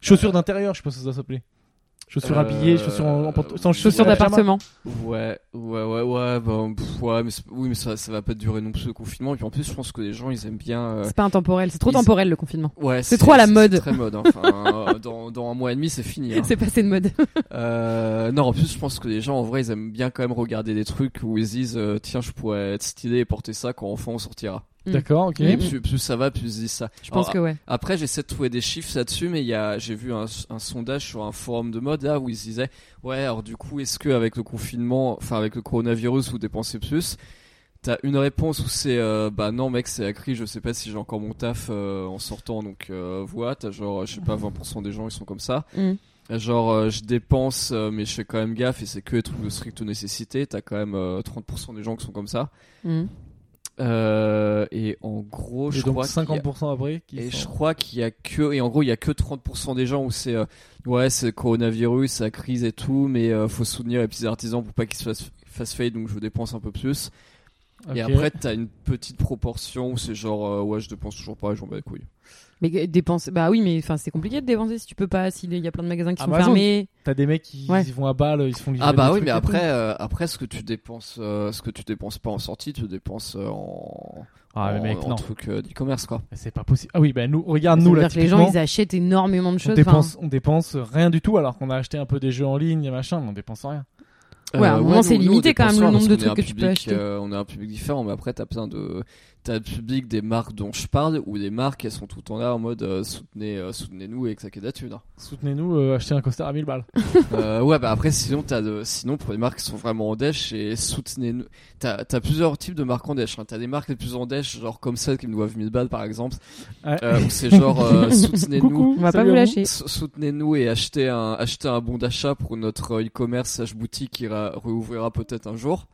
[SPEAKER 1] Chaussures d'intérieur, je sais pas si ça s'appelait. Chaussures
[SPEAKER 3] Euh,
[SPEAKER 1] habillées, chaussures en, en pantou- sans
[SPEAKER 2] Chaussures
[SPEAKER 3] Ouais.
[SPEAKER 2] d'appartement.
[SPEAKER 3] Ouais, ouais, ouais, ouais, bah, pff, ouais, mais c'est- oui, mais ça, ça va pas durer non plus le confinement. Et puis en plus, je pense que les gens, ils aiment bien. euh,
[SPEAKER 2] C'est pas intemporel, c'est trop
[SPEAKER 3] Ils-
[SPEAKER 2] temporel le confinement.
[SPEAKER 3] Ouais,
[SPEAKER 2] C'est trop à la mode.
[SPEAKER 3] C'est très mode. hein. Enfin, euh, dans, dans un mois et demi, c'est fini. hein.
[SPEAKER 2] C'est passé de mode.
[SPEAKER 3] Euh, non, en plus, je pense que les gens, en vrai, ils aiment bien quand même regarder des trucs où ils se disent, euh, tiens, je pourrais être stylé et porter ça quand enfant on sortira.
[SPEAKER 1] D'accord, ok.
[SPEAKER 3] Et
[SPEAKER 2] Mm.
[SPEAKER 3] plus, plus ça va, plus ils se disent ça.
[SPEAKER 2] Je pense que ouais.
[SPEAKER 3] Après, j'essaie de trouver des chiffres là-dessus, mais il y a, j'ai vu un, un sondage sur un forum de mode là où ils se disaient, ouais, alors du coup, est-ce que avec le confinement, enfin avec le coronavirus, vous dépensez plus T'as une réponse où c'est, euh, bah non, mec, c'est écrit, je sais pas si j'ai encore mon taf euh, en sortant, donc euh, voilà, t'as genre, je sais pas, 20% des gens ils sont comme ça.
[SPEAKER 2] Mm.
[SPEAKER 3] Genre, euh, je dépense, euh, mais je fais quand même gaffe et c'est que des trucs de stricte nécessité. T'as quand même euh, 30% des gens qui sont comme ça.
[SPEAKER 2] Mm.
[SPEAKER 3] Euh, et en gros,
[SPEAKER 1] Et
[SPEAKER 3] je
[SPEAKER 1] donc
[SPEAKER 3] crois qu'il y a-
[SPEAKER 1] 50% après. qui
[SPEAKER 3] et
[SPEAKER 1] sont-
[SPEAKER 3] je crois qu'il y a que et en gros il y a que 30% des gens où c'est euh, ouais c'est le coronavirus, c'est la crise et tout, mais euh, faut soutenir les petits artisans pour pas qu'ils se fassent, fassent faillite, donc je dépense un peu plus.
[SPEAKER 1] Ok.
[SPEAKER 3] Et après t'as une petite proportion où c'est genre euh, ouais je dépense toujours pareil, j'en bats les couilles.
[SPEAKER 2] Mais que- dépenser, bah oui, mais enfin c'est compliqué de dépenser si tu peux pas, s'il y a plein de magasins qui
[SPEAKER 3] bah,
[SPEAKER 2] sont
[SPEAKER 1] Amazon.
[SPEAKER 2] fermés.
[SPEAKER 1] T'as des mecs qui
[SPEAKER 2] Ouais.
[SPEAKER 1] ils vont à balle, ils se font livrer
[SPEAKER 3] Ah bah
[SPEAKER 1] des
[SPEAKER 3] oui
[SPEAKER 1] trucs
[SPEAKER 3] mais
[SPEAKER 1] et tout.
[SPEAKER 3] après euh, après ce que tu dépenses euh, ce que tu dépenses pas en sortie tu dépenses euh, en
[SPEAKER 1] Ah, mais
[SPEAKER 3] en-
[SPEAKER 1] mec,
[SPEAKER 3] en
[SPEAKER 1] non.
[SPEAKER 3] truc euh, d'e-commerce quoi.
[SPEAKER 1] C'est pas possible. Ah oui, bah nous, regarde,
[SPEAKER 2] Ça
[SPEAKER 1] nous,
[SPEAKER 2] veut
[SPEAKER 1] là,
[SPEAKER 2] dire que les gens
[SPEAKER 1] typiquement,
[SPEAKER 2] ils achètent énormément de
[SPEAKER 1] on
[SPEAKER 2] choses. enfin,
[SPEAKER 1] dépense, on dépense rien du tout alors qu'on a acheté un peu des jeux en ligne et machin, mais on dépense rien.
[SPEAKER 2] Ouais, à un moment, c'est
[SPEAKER 3] Euh, nous- nous,
[SPEAKER 2] limité
[SPEAKER 3] on
[SPEAKER 2] quand même
[SPEAKER 3] dépense
[SPEAKER 2] le
[SPEAKER 3] pas
[SPEAKER 2] nombre de
[SPEAKER 3] parce qu'on
[SPEAKER 2] trucs
[SPEAKER 3] est un
[SPEAKER 2] que tu peux
[SPEAKER 3] public,
[SPEAKER 2] acheter.
[SPEAKER 3] euh, on a un public différent, mais après, t'as plein de. T'as le public des marques dont je parle, ou des marques, elles sont tout le temps là en mode euh, soutenez, euh, soutenez-nous et que ça qu'est de la thune. hein.
[SPEAKER 1] Soutenez-nous, euh, acheter un costard à 1000 balles.
[SPEAKER 3] Euh, ouais, bah après, sinon, t'as de... sinon, pour les marques qui sont vraiment en dèche, et soutenez-nous. T'as t'as plusieurs types de marques en dèche. hein. T'as des marques les plus en dèche, genre comme celles qui me doivent 1000 balles par exemple,
[SPEAKER 1] Ouais.
[SPEAKER 3] euh, où c'est genre euh, soutenez-nous.
[SPEAKER 1] Coucou,
[SPEAKER 2] on va pas
[SPEAKER 1] salut
[SPEAKER 2] vous
[SPEAKER 1] à
[SPEAKER 2] lâcher.
[SPEAKER 3] S- Soutenez-nous et achetez un, achetez un bon d'achat pour notre euh, e-commerce slash boutique qui ra- réouvrira peut-être un jour.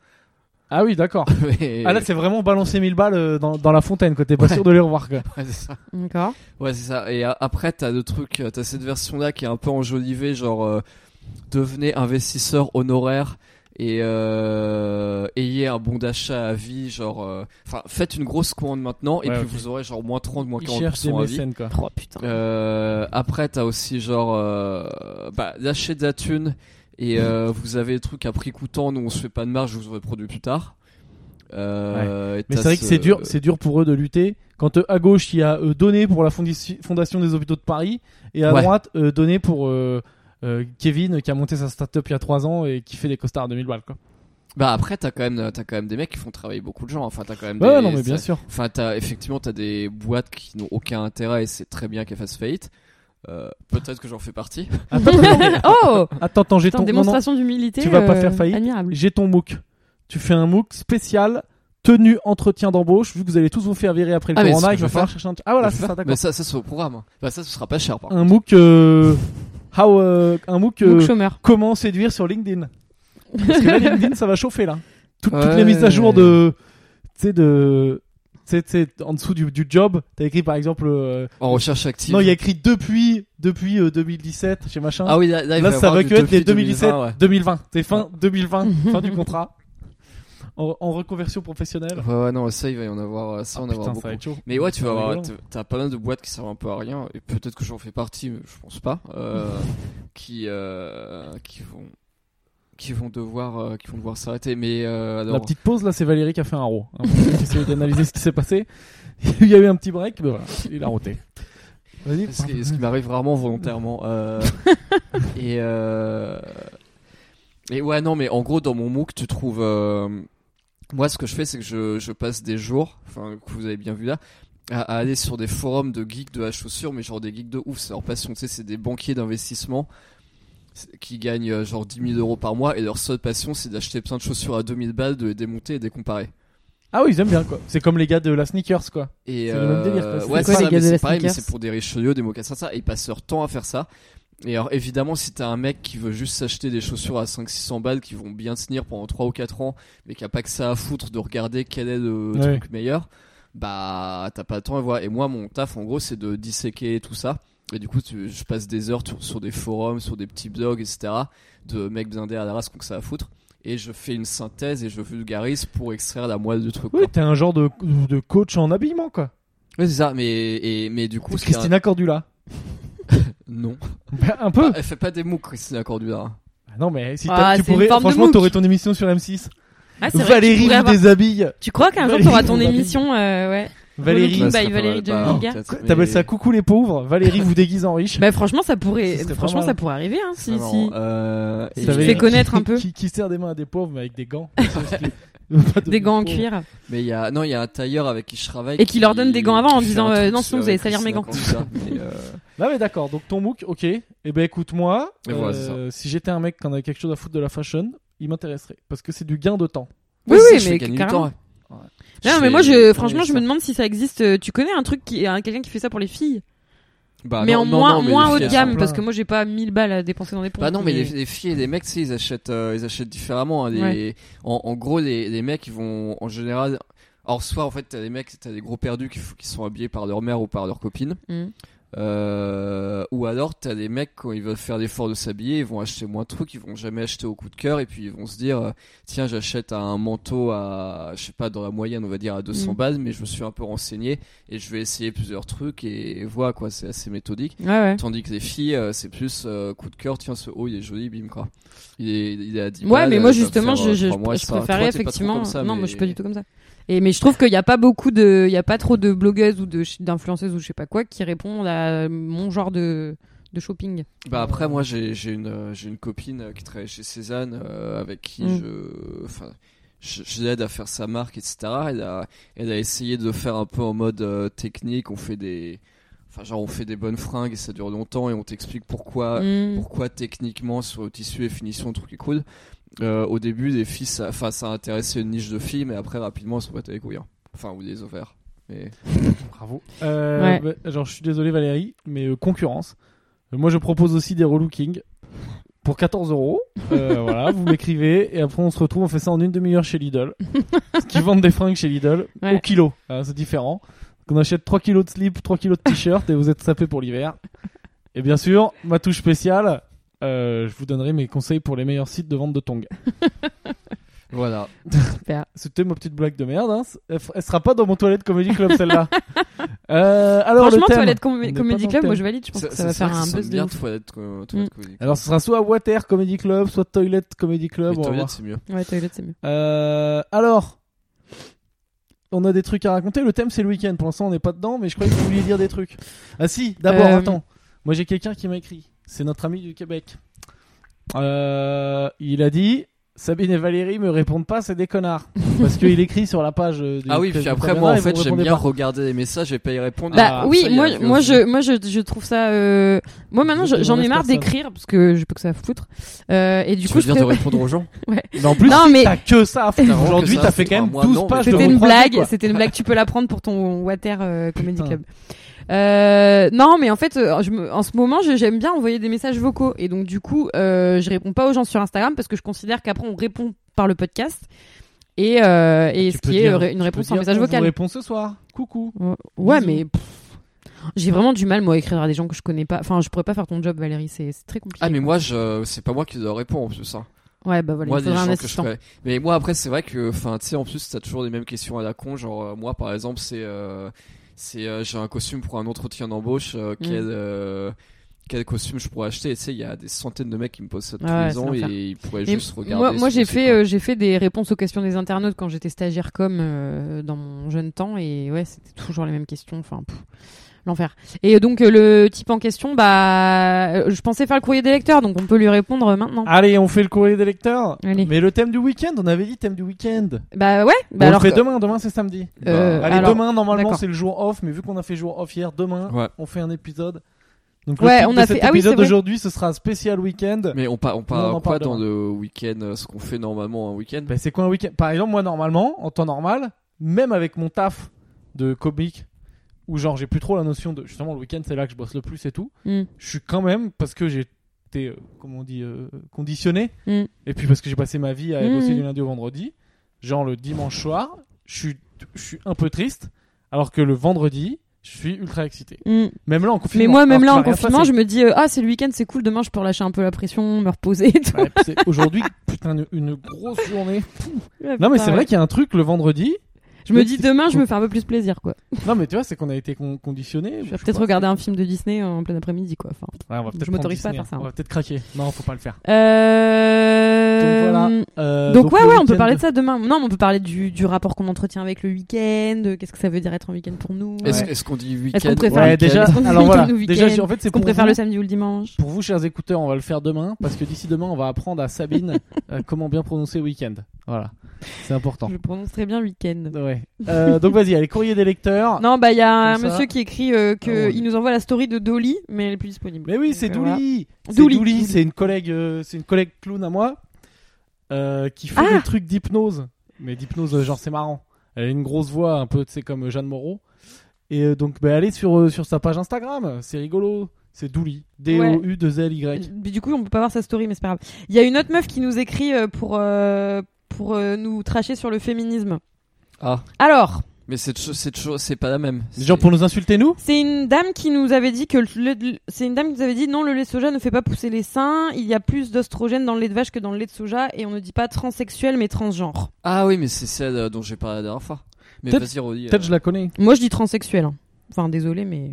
[SPEAKER 1] Ah oui, d'accord.
[SPEAKER 3] Et-
[SPEAKER 1] Ah là, c'est vraiment balancer 1000 balles euh, dans, dans la fontaine, quoi. T'es pas sûr de les revoir, quoi.
[SPEAKER 3] Ouais, c'est ça.
[SPEAKER 2] D'accord.
[SPEAKER 3] Ouais, c'est ça. Et a- après, t'as le truc, euh, t'as cette version-là qui est un peu enjolivée, genre euh, devenez investisseur honoraire et euh, ayez un bon d'achat à vie, genre, euh, enfin, faites une grosse commande maintenant et
[SPEAKER 1] Ouais,
[SPEAKER 3] puis
[SPEAKER 1] ok.
[SPEAKER 3] vous aurez genre moins 30, moins
[SPEAKER 1] Ils cherchent des
[SPEAKER 3] 40% à vie.
[SPEAKER 1] mécènes, quoi.
[SPEAKER 2] Oh putain.
[SPEAKER 3] Euh, après, t'as aussi genre, euh, bah, lâchez de la thune et euh, vous avez des trucs à prix coûtant, nous on se fait pas de marge, je vous aurez produit plus tard. Euh, et
[SPEAKER 1] Mais
[SPEAKER 3] t'as
[SPEAKER 1] c'est vrai que
[SPEAKER 3] ce-
[SPEAKER 1] c'est dur, c'est dur pour eux de lutter. Quand euh, à gauche, il y a euh, donné pour la fondi- fondation des hôpitaux de Paris, et à
[SPEAKER 3] Ouais.
[SPEAKER 1] droite, euh, donné pour euh, euh, Kevin qui a monté sa start-up il y a 3 ans et qui fait des costards à 2000 balles, quoi.
[SPEAKER 3] Bah après, t'as quand même, t'as quand même des mecs qui font travailler beaucoup de gens. Enfin, t'as quand même.
[SPEAKER 1] Ouais,
[SPEAKER 3] des-
[SPEAKER 1] non, mais bien
[SPEAKER 3] t'as-
[SPEAKER 1] sûr.
[SPEAKER 3] Enfin, t'as effectivement, t'as des boîtes qui n'ont aucun intérêt et c'est très bien qu'elles fassent faillite. Euh, Peut-être que j'en fais partie.
[SPEAKER 1] Attends, attends, mais-
[SPEAKER 2] oh
[SPEAKER 1] attends, attends, j'ai
[SPEAKER 2] Putain,
[SPEAKER 1] ton, non, non,
[SPEAKER 2] démonstration d'humilité.
[SPEAKER 1] Tu vas pas
[SPEAKER 2] euh,
[SPEAKER 1] faire faillite.
[SPEAKER 2] Admirable.
[SPEAKER 1] j'ai ton MOOC. Tu fais un MOOC spécial, tenue, entretien d'embauche, vu que vous allez tous vous faire virer après le
[SPEAKER 3] Ah, mais c'est ce
[SPEAKER 1] corona,
[SPEAKER 3] que
[SPEAKER 1] il
[SPEAKER 3] je
[SPEAKER 1] va
[SPEAKER 3] vais
[SPEAKER 1] falloir
[SPEAKER 3] faire.
[SPEAKER 1] chercher un. Ah voilà,
[SPEAKER 3] Je
[SPEAKER 1] c'est
[SPEAKER 3] fais-
[SPEAKER 1] ça, d'accord.
[SPEAKER 3] Mais ça, ça c'est au programme. Bah ça, ce sera pas cher par contre.
[SPEAKER 1] Un MOOC, euh, how, euh, un MOOC, euh,
[SPEAKER 2] Donc chômeur.
[SPEAKER 1] comment séduire sur LinkedIn. Parce que là, LinkedIn, ça va chauffer là. Tout- Toutes
[SPEAKER 3] Ouais.
[SPEAKER 1] les mises à jour de. Tu sais, de. Tu sais, tu sais, en dessous du, du job, t'as écrit par exemple. euh,
[SPEAKER 3] En recherche active.
[SPEAKER 1] non, il y a écrit depuis, depuis euh, 2017, chez machin.
[SPEAKER 3] Ah oui, là, là, il
[SPEAKER 1] là,
[SPEAKER 3] va y
[SPEAKER 1] ça
[SPEAKER 3] avoir
[SPEAKER 1] va
[SPEAKER 3] du
[SPEAKER 1] que être les
[SPEAKER 3] depuis
[SPEAKER 1] 2017,
[SPEAKER 3] 2020,
[SPEAKER 1] 2020. C'est fin
[SPEAKER 3] Ah.
[SPEAKER 1] 2020, fin du contrat. En, en reconversion professionnelle.
[SPEAKER 3] ouais. ouais, ouais, non, ça, il va y en avoir, euh, ça,
[SPEAKER 1] Ah,
[SPEAKER 3] on en
[SPEAKER 1] putain,
[SPEAKER 3] avoir
[SPEAKER 1] ça
[SPEAKER 3] beaucoup.
[SPEAKER 1] va être chaud.
[SPEAKER 3] Mais ouais, tu vas
[SPEAKER 1] C'est
[SPEAKER 3] avoir,
[SPEAKER 1] rigolo.
[SPEAKER 3] t'as- t'as pas mal de boîtes qui servent un peu à rien, et peut-être que j'en fais partie, mais je pense pas, euh, qui, euh, qui vont, qui vont devoir, euh, qui vont devoir s'arrêter. Mais euh, alors,
[SPEAKER 1] La petite pause là, c'est Valérie qui a fait un row. Hein, pour essayer d'analyser ce qui s'est passé. Il y a eu un petit break, mais voilà, il a roté. Vas-y.
[SPEAKER 3] ce qui, ce qui m'arrive rarement volontairement. euh, et euh, et ouais, non, mais en gros, dans mon MOOC, tu trouves. euh, moi, ce que je fais, c'est que je, je passe des jours, enfin, que vous avez bien vu là. À à aller sur des forums de geeks de la chaussure, mais genre des geeks de ouf, c'est leur passion, tu sais, c'est des banquiers d'investissement c'est- qui gagnent euh, genre 10 000 euros par mois et leur seule passion c'est d'acheter plein de chaussures à 2000 balles, de les démonter et de les comparer.
[SPEAKER 1] Ah oui, ils aiment bien quoi. C'est comme les gars de la sneakers quoi.
[SPEAKER 3] Et
[SPEAKER 1] C'est le même délire, quoi.
[SPEAKER 3] euh,
[SPEAKER 1] C'est
[SPEAKER 2] quoi,
[SPEAKER 3] ouais, c'est
[SPEAKER 2] les
[SPEAKER 3] ça,
[SPEAKER 2] gars
[SPEAKER 3] mais
[SPEAKER 2] de la
[SPEAKER 3] c'est pareil, mais
[SPEAKER 2] sneakers
[SPEAKER 3] c'est pour des richelieux, des mocassins, ça. Et ils passent leur temps à faire ça. Et alors, évidemment, si t'as un mec qui veut juste s'acheter des chaussures à 500-600 balles qui vont bien tenir pendant 3 ou 4 ans, mais qui a pas que ça à foutre de regarder quel est le
[SPEAKER 1] Ouais.
[SPEAKER 3] truc meilleur, bah, t'as pas le temps à voir. Et moi, mon taf, en gros, c'est de disséquer tout ça. Et du coup, tu- je passe des heures sur, sur des forums, sur des petits blogs, etc. de mecs blindés à la race qui ont que ça à foutre. Et je fais une synthèse et je vulgarise pour extraire la moelle du truc.
[SPEAKER 1] Oui,
[SPEAKER 3] quoi.
[SPEAKER 1] t'es un genre de, de coach en habillement quoi.
[SPEAKER 3] Ouais, c'est ça, mais, et, mais du coup,
[SPEAKER 1] C'est
[SPEAKER 3] ce qui est-
[SPEAKER 1] Christina Cordula.
[SPEAKER 3] Non.
[SPEAKER 1] Bah, un peu.
[SPEAKER 3] Ah, elle fait pas des MOOC, Christina
[SPEAKER 2] Bah,
[SPEAKER 3] Cordula.
[SPEAKER 1] Ah Non mais si
[SPEAKER 2] Ah,
[SPEAKER 1] t'as- tu
[SPEAKER 2] c'est une
[SPEAKER 1] pourrais,
[SPEAKER 2] forme de
[SPEAKER 1] franchement,
[SPEAKER 2] MOOC.
[SPEAKER 1] t'aurais ton émission sur M6.
[SPEAKER 2] Ah, c'est vrai que tu
[SPEAKER 1] Valérie
[SPEAKER 2] pourrais
[SPEAKER 1] vous
[SPEAKER 2] avoir-
[SPEAKER 1] déshabille.
[SPEAKER 2] Tu crois qu'un jour
[SPEAKER 1] Valérie
[SPEAKER 2] t'auras ton
[SPEAKER 1] Roubaix.
[SPEAKER 2] émission euh, ouais.
[SPEAKER 1] Valérie.
[SPEAKER 2] Bah,
[SPEAKER 3] Ça serait
[SPEAKER 2] il Valérie
[SPEAKER 3] pas mal.
[SPEAKER 2] Dominga.
[SPEAKER 3] peut-être,
[SPEAKER 1] Quoi,
[SPEAKER 3] mais-
[SPEAKER 1] T'appelles ça coucou les pauvres Valérie vous déguise en riche.
[SPEAKER 2] Bah franchement ça pourrait
[SPEAKER 1] Ce serait pas
[SPEAKER 2] franchement
[SPEAKER 1] mal.
[SPEAKER 2] ça pourrait arriver hein si
[SPEAKER 3] Alors,
[SPEAKER 2] si.
[SPEAKER 3] euh,
[SPEAKER 2] Si
[SPEAKER 3] et-
[SPEAKER 2] tu fais connaître un peu.
[SPEAKER 1] Qui, qui sert des mains à des pauvres mais avec des gants. Pas de-
[SPEAKER 2] Des gants en
[SPEAKER 1] pauvres.
[SPEAKER 2] cuir.
[SPEAKER 3] Mais il y a, non, il y a un tailleur avec qui je travaille.
[SPEAKER 2] Et qui leur donne des gants avant en
[SPEAKER 3] qui fait
[SPEAKER 2] disant,
[SPEAKER 3] un
[SPEAKER 2] euh,
[SPEAKER 3] truc
[SPEAKER 2] non, sinon,
[SPEAKER 3] sur
[SPEAKER 2] vous allez
[SPEAKER 3] Christina
[SPEAKER 2] salir mes gants.
[SPEAKER 3] Cordula, mais, euh,
[SPEAKER 1] Non mais d'accord, donc ton MOOC, ok. Et eh ben écoute moi, euh,
[SPEAKER 3] Et voilà, c'est
[SPEAKER 1] si j'étais un mec qui en avait quelque chose à foutre de la fashion, il m'intéresserait parce que c'est du gain de temps.
[SPEAKER 2] Oui
[SPEAKER 3] ça,
[SPEAKER 2] oui
[SPEAKER 3] bah, je fais
[SPEAKER 2] mais
[SPEAKER 3] gagner du
[SPEAKER 2] carrément.
[SPEAKER 3] temps, ouais. Ouais.
[SPEAKER 2] Non
[SPEAKER 3] fais-
[SPEAKER 2] mais moi je franchement
[SPEAKER 3] ouais,
[SPEAKER 2] je me
[SPEAKER 3] ça.
[SPEAKER 2] demande si ça existe. euh, Tu connais un truc qui un- quelqu'un qui fait ça pour les filles
[SPEAKER 3] Bah,
[SPEAKER 2] Mais
[SPEAKER 3] non,
[SPEAKER 2] en
[SPEAKER 3] non,
[SPEAKER 2] moins
[SPEAKER 3] non, mais
[SPEAKER 2] moins
[SPEAKER 3] les
[SPEAKER 2] haut de
[SPEAKER 3] filles, elles
[SPEAKER 2] gamme
[SPEAKER 1] plein.
[SPEAKER 2] parce que moi j'ai pas 1000 balles à dépenser dans des pompes.
[SPEAKER 3] Bah non, mais les, les filles et les mecs, tu sais, ils achètent, euh, ils achètent différemment. hein, les-
[SPEAKER 2] Ouais.
[SPEAKER 3] en, en gros, les, les mecs, ils vont en général. Alors, soit en fait, t'as des mecs, t'as des gros perdus qui, f- qui sont habillés par leur mère ou par leur copine.
[SPEAKER 2] Mm.
[SPEAKER 3] Euh, ou alors, t'as des mecs, quand ils veulent faire l'effort de s'habiller, ils vont acheter moins de trucs, ils vont jamais acheter au coup de cœur, et puis ils vont se dire, euh, tiens, j'achète un manteau à, je sais pas, dans la moyenne, on va dire à 200
[SPEAKER 2] Mm.
[SPEAKER 3] balles, mais je me suis un peu renseigné, et je vais essayer plusieurs trucs, et, et voilà, quoi, c'est assez méthodique.
[SPEAKER 2] Ouais ouais.
[SPEAKER 3] Tandis que les filles, euh, c'est plus euh, coup de cœur, tiens, ce haut, il est joli, bim, quoi. Il est, il est à 10
[SPEAKER 2] Ouais,
[SPEAKER 3] balles,
[SPEAKER 2] mais
[SPEAKER 3] euh,
[SPEAKER 2] moi
[SPEAKER 3] ça va
[SPEAKER 2] justement,
[SPEAKER 3] faire,
[SPEAKER 2] je,
[SPEAKER 3] euh,
[SPEAKER 2] je,
[SPEAKER 3] trois mois,
[SPEAKER 2] je
[SPEAKER 3] ça va. Toi,
[SPEAKER 2] préférais
[SPEAKER 3] t'es pas trop
[SPEAKER 2] effectivement.
[SPEAKER 3] comme ça,
[SPEAKER 2] non,
[SPEAKER 3] mais-
[SPEAKER 2] moi je suis pas du tout comme ça. Et mais je trouve qu'il n'y a pas beaucoup de, il y a pas trop de blogueuses ou de d'influenceuses ou je sais pas quoi qui répondent à mon genre de de shopping.
[SPEAKER 3] Bah après moi j'ai j'ai une euh, j'ai une copine euh, qui travaille chez Cézanne euh, avec qui
[SPEAKER 2] Mm.
[SPEAKER 3] je enfin je, je l'aide à faire sa marque etc elle a elle a essayé de faire un peu en mode euh, technique on fait des enfin genre on fait des bonnes fringues et ça dure longtemps et on t'explique pourquoi
[SPEAKER 2] Mm.
[SPEAKER 3] pourquoi techniquement sur le tissu et finition le truc est cool Euh, au début les filles ça enfin ça a intéressé une niche de filles mais après rapidement elles sont pas les couilles hein. enfin ou des ovaires mais
[SPEAKER 1] Bravo. Euh,
[SPEAKER 2] Ouais.
[SPEAKER 1] bah, genre je suis désolé Valérie, mais euh, concurrence. Euh, Moi je propose aussi des relooking pour 14 euros. Euh, voilà, vous m'écrivez et après on se retrouve, on fait ça en une demi-heure chez Lidl. Parce qu'ils vendent des fringues chez Lidl
[SPEAKER 2] Ouais.
[SPEAKER 1] au kilo, hein, c'est différent. Donc on achète 3 kilos de slip, 3 kilos de t-shirt et vous êtes sapé pour l'hiver. Et bien sûr, ma touche spéciale, euh, je vous donnerai mes conseils pour les meilleurs sites de vente de tongs.
[SPEAKER 3] voilà
[SPEAKER 2] Super.
[SPEAKER 1] C'était ma petite blague de merde. hein. Elle, f- elle sera pas dans mon toilette comedy club celle-là. Euh, alors
[SPEAKER 2] Franchement,
[SPEAKER 1] le thème.
[SPEAKER 2] Toilette Com-
[SPEAKER 1] On n'est pas dans
[SPEAKER 2] Comedy
[SPEAKER 1] le
[SPEAKER 2] Club, moi
[SPEAKER 1] thème.
[SPEAKER 2] je valide. Je pense que ça
[SPEAKER 3] c'est
[SPEAKER 2] va
[SPEAKER 3] vrai
[SPEAKER 2] faire
[SPEAKER 3] que
[SPEAKER 2] un
[SPEAKER 3] ça sonne
[SPEAKER 2] buzz de
[SPEAKER 3] bien
[SPEAKER 2] ouf. Mm.
[SPEAKER 3] toilette, euh, toilette comedy.
[SPEAKER 1] Alors ce sera soit Water Comedy Club, soit Toilet Comedy Club.
[SPEAKER 3] Mais
[SPEAKER 1] on va
[SPEAKER 3] toilette,
[SPEAKER 1] voir.
[SPEAKER 3] c'est mieux
[SPEAKER 2] Ouais, toilette c'est mieux.
[SPEAKER 1] Euh, alors, on a des trucs à raconter. Le thème c'est le week-end. Pour l'instant on n'est pas dedans, mais je croyais que vous vouliez dire des trucs. Ah si, d'abord
[SPEAKER 2] Euh,
[SPEAKER 1] attends. Moi j'ai quelqu'un qui m'a écrit. C'est notre ami du Québec. Euh, il a dit Sabine et Valérie me répondent pas, c'est des connards. Parce qu'il écrit sur la page. euh, du
[SPEAKER 3] Ah oui,
[SPEAKER 1] Club
[SPEAKER 3] puis
[SPEAKER 1] de
[SPEAKER 3] après,
[SPEAKER 1] Cabana,
[SPEAKER 3] moi,
[SPEAKER 1] et
[SPEAKER 3] en
[SPEAKER 1] vous
[SPEAKER 3] fait, j'aime
[SPEAKER 1] répondez
[SPEAKER 3] bien
[SPEAKER 1] pas.
[SPEAKER 3] regarder les messages et pas y répondre.
[SPEAKER 2] Bah
[SPEAKER 1] Ah,
[SPEAKER 2] oui,
[SPEAKER 3] ça, il y a
[SPEAKER 2] moi,
[SPEAKER 3] la
[SPEAKER 2] moi,
[SPEAKER 3] philosophie.
[SPEAKER 2] je, moi je, je trouve ça. euh, Moi maintenant, je- j'en ai marre
[SPEAKER 1] Personne.
[SPEAKER 2] d'écrire parce que j'ai pas que ça à foutre. Euh, et du
[SPEAKER 3] Tu
[SPEAKER 2] coup,
[SPEAKER 3] veux
[SPEAKER 2] je
[SPEAKER 3] dire de
[SPEAKER 2] ferais-
[SPEAKER 3] répondre aux gens
[SPEAKER 1] Mais en plus,
[SPEAKER 2] Non, mais-
[SPEAKER 1] t'as que ça. à foutre.
[SPEAKER 3] T'as vraiment
[SPEAKER 1] Aujourd'hui,
[SPEAKER 3] que ça à
[SPEAKER 1] t'as fait
[SPEAKER 3] foutre.
[SPEAKER 1] quand même
[SPEAKER 3] Moi,
[SPEAKER 1] 12
[SPEAKER 3] non, mais
[SPEAKER 1] pages de
[SPEAKER 2] C'était une
[SPEAKER 1] recroisé,
[SPEAKER 2] blague,
[SPEAKER 1] quoi.
[SPEAKER 2] c'était une blague, tu peux la prendre pour ton Water euh, Comedy
[SPEAKER 1] Putain.
[SPEAKER 2] Club. Euh, non, mais en fait, euh, je me- en ce moment, je- j'aime bien envoyer des messages vocaux. Et donc, du coup, euh, je réponds pas aux gens sur Instagram parce que je considère qu'après, on répond par le podcast. Et, euh, et
[SPEAKER 1] Tu
[SPEAKER 2] ce
[SPEAKER 1] peux
[SPEAKER 2] qui est
[SPEAKER 1] dire-
[SPEAKER 2] euh, une
[SPEAKER 1] tu
[SPEAKER 2] réponse
[SPEAKER 1] peux
[SPEAKER 2] en
[SPEAKER 1] dire,
[SPEAKER 2] message
[SPEAKER 1] on
[SPEAKER 2] vocal.
[SPEAKER 1] Vous répond ce soir. Coucou.
[SPEAKER 2] Ouais, Ouais,
[SPEAKER 1] Bisous.
[SPEAKER 2] mais pff, j'ai vraiment du mal, moi, à écrire à des gens que je connais pas. Enfin, je pourrais pas faire ton job, Valérie, c'est c'est très compliqué.
[SPEAKER 3] Ah, mais moi, je... c'est pas moi qui dois répondre en plus. Hein.
[SPEAKER 2] ouais, bah voilà,
[SPEAKER 3] moi,
[SPEAKER 2] il
[SPEAKER 3] des
[SPEAKER 2] faudrait
[SPEAKER 3] gens
[SPEAKER 2] un
[SPEAKER 3] que je
[SPEAKER 2] assistant.
[SPEAKER 3] connais. Mais moi, après, c'est vrai que, enfin, tu sais, en plus, t'as toujours les mêmes questions à la con. Genre, euh, moi, par exemple, c'est. euh, c'est euh, J'ai un costume pour un entretien d'embauche.
[SPEAKER 2] Mm.
[SPEAKER 3] euh, quel. euh, Quel costume je pourrais acheter Et Tu sais, il y a des centaines de mecs qui me posent ça tous
[SPEAKER 2] Ah ouais,
[SPEAKER 3] les
[SPEAKER 2] c'est
[SPEAKER 3] ans
[SPEAKER 2] l'enfer.
[SPEAKER 3] et ils pourraient
[SPEAKER 2] Mais
[SPEAKER 3] juste regarder.
[SPEAKER 2] moi, moi,
[SPEAKER 3] sur
[SPEAKER 2] j'ai
[SPEAKER 3] le site,
[SPEAKER 2] fait,
[SPEAKER 3] quoi.
[SPEAKER 2] euh, j'ai fait des réponses aux questions des internautes quand j'étais stagiaire com euh, dans mon jeune temps et ouais, c'était toujours les mêmes questions. Enfin, pff, l'enfer. Et donc euh, le type en question, bah, euh, je pensais faire le courrier des lecteurs, donc on peut lui répondre euh, maintenant.
[SPEAKER 1] Allez, on fait le courrier des lecteurs.
[SPEAKER 2] Allez.
[SPEAKER 1] Mais le thème du week-end, on avait dit thème du week-end.
[SPEAKER 2] Bah ouais. Bah
[SPEAKER 1] on
[SPEAKER 2] alors,
[SPEAKER 1] le fait
[SPEAKER 2] que-
[SPEAKER 1] demain, demain c'est samedi.
[SPEAKER 2] euh,
[SPEAKER 3] Bah,
[SPEAKER 1] Allez,
[SPEAKER 2] alors-
[SPEAKER 1] demain, normalement
[SPEAKER 2] d'accord.
[SPEAKER 1] c'est le jour off, mais vu qu'on a fait jour off hier, demain
[SPEAKER 2] euh,
[SPEAKER 3] Ouais.
[SPEAKER 1] on fait un épisode. Donc
[SPEAKER 2] Ouais,
[SPEAKER 1] le titre
[SPEAKER 2] on
[SPEAKER 1] de
[SPEAKER 2] a
[SPEAKER 1] cet
[SPEAKER 2] fait- ah oui,
[SPEAKER 1] épisode
[SPEAKER 2] c'est vrai.
[SPEAKER 1] d'aujourd'hui, ce sera un spécial week-end.
[SPEAKER 3] Mais on, par- on parle
[SPEAKER 1] on en parle
[SPEAKER 3] quoi dans le week-end euh, Ce qu'on fait normalement un week-end
[SPEAKER 1] Ben, Bah, c'est quoi un week-end Par exemple, moi normalement, en temps normal, même avec mon taf de comique, où genre j'ai plus trop la notion de justement le week-end c'est là que je bosse le plus et tout,
[SPEAKER 2] Mm.
[SPEAKER 1] je suis quand même parce que j'ai été, euh, comment on dit, euh, conditionné,
[SPEAKER 2] Mm.
[SPEAKER 1] et puis parce que j'ai passé ma vie à
[SPEAKER 2] Mm.
[SPEAKER 1] bosser du lundi au vendredi, genre le dimanche soir, je suis, je suis un peu triste, alors que le vendredi, je suis ultra excité.
[SPEAKER 2] Mm.
[SPEAKER 1] Même là en confinement.
[SPEAKER 2] Mais moi, même là, en
[SPEAKER 1] alors qu'il m'a rien
[SPEAKER 2] confinement,
[SPEAKER 1] passé.
[SPEAKER 2] je me dis, euh, ah, c'est le week-end, c'est cool, demain, je peux relâcher un peu la pression, me reposer et tout.
[SPEAKER 1] Ouais, puis c'est Aujourd'hui, putain, une, une grosse journée. Non,
[SPEAKER 2] Ouais,
[SPEAKER 1] mais c'est
[SPEAKER 2] putain, Bah ouais.
[SPEAKER 1] vrai qu'il y a un truc le vendredi.
[SPEAKER 2] Je me dis, demain, je me fais un peu plus plaisir, quoi.
[SPEAKER 1] Non, mais tu vois, c'est qu'on a été con- conditionné.
[SPEAKER 2] Je vais peut-être regarder un film de Disney en plein après-midi, quoi. Enfin,
[SPEAKER 1] on va peut-être
[SPEAKER 2] Je
[SPEAKER 1] prendre
[SPEAKER 2] m'autorise pas à
[SPEAKER 1] Disney.
[SPEAKER 2] faire ça, hein.
[SPEAKER 1] On va peut-être craquer. Non, faut pas le faire.
[SPEAKER 2] Euh...
[SPEAKER 1] Donc voilà. Euh,
[SPEAKER 2] Donc, ouais,
[SPEAKER 1] le
[SPEAKER 2] ouais, on peut
[SPEAKER 1] week-end-
[SPEAKER 2] parler de ça demain. Non, mais on peut parler du, du rapport qu'on entretient avec le week-end, euh, qu'est-ce que ça veut dire être un week-end pour nous.
[SPEAKER 3] Est-ce
[SPEAKER 2] euh,
[SPEAKER 3] est-ce qu'on dit week-end
[SPEAKER 2] Est-ce qu'on préfère
[SPEAKER 1] Ouais,
[SPEAKER 2] le
[SPEAKER 1] déjà,
[SPEAKER 2] week-end
[SPEAKER 1] alors voilà.
[SPEAKER 2] Nos week-ends.
[SPEAKER 1] Déjà, je- en fait, c'est
[SPEAKER 2] Est-ce qu'on
[SPEAKER 1] pour
[SPEAKER 2] préfère
[SPEAKER 1] vous-
[SPEAKER 2] le samedi ou le dimanche
[SPEAKER 1] Pour vous, chers écouteurs, on va le faire demain parce que d'ici demain, on va apprendre à Sabine euh, comment bien prononcer week-end. Voilà, c'est important.
[SPEAKER 2] Je prononce très bien week-end.
[SPEAKER 1] Ouais. Euh, donc vas-y, allez, courrier des lecteurs.
[SPEAKER 2] Non, bah, il y a un
[SPEAKER 1] Comme ça.
[SPEAKER 2] monsieur qui écrit euh, que
[SPEAKER 1] Ah ouais.
[SPEAKER 2] il nous envoie la story de Dolly, mais elle est plus disponible.
[SPEAKER 1] Mais oui,
[SPEAKER 2] Donc,
[SPEAKER 1] c'est
[SPEAKER 2] euh, voilà.
[SPEAKER 1] Douli. C'est
[SPEAKER 2] Douli.
[SPEAKER 1] Douli,
[SPEAKER 2] Douli.
[SPEAKER 1] c'est une collègue, euh, c'est une collègue clown à moi euh, qui fait
[SPEAKER 2] Ah.
[SPEAKER 1] des trucs d'hypnose. Mais d'hypnose, euh, genre c'est marrant. Elle a une grosse voix, un peu, tu sais, comme euh, Jeanne Moreau. Et euh, donc, bah, allez sur euh, sur sa page Instagram, c'est rigolo. C'est Douli, D O U 2 L Y.
[SPEAKER 2] Mais Du coup, on peut pas voir sa story, mais c'est pas grave. Il y a une autre meuf qui nous écrit euh, pour, euh, pour euh, nous tracher sur le féminisme.
[SPEAKER 3] Ah,
[SPEAKER 2] Alors,
[SPEAKER 3] mais c'est toujours- c'est toujours- c'est pas la même.
[SPEAKER 1] Genre pour nous insulter nous
[SPEAKER 2] c'est une dame qui nous avait dit que le- le- c'est une dame qui nous avait dit non, le lait de soja ne fait pas pousser les seins. Il y a plus d'ostrogène dans le lait de vache que dans le lait de soja, et on ne dit pas transsexuel mais transgenre.
[SPEAKER 3] Ah oui, mais c'est celle euh, dont j'ai parlé la dernière fois. Mais
[SPEAKER 1] Peut-être-
[SPEAKER 3] vas-y, redis.
[SPEAKER 1] Peut-être
[SPEAKER 3] euh.
[SPEAKER 1] je la connais.
[SPEAKER 2] Moi, je dis transsexuel. hein. Enfin, désolé, mais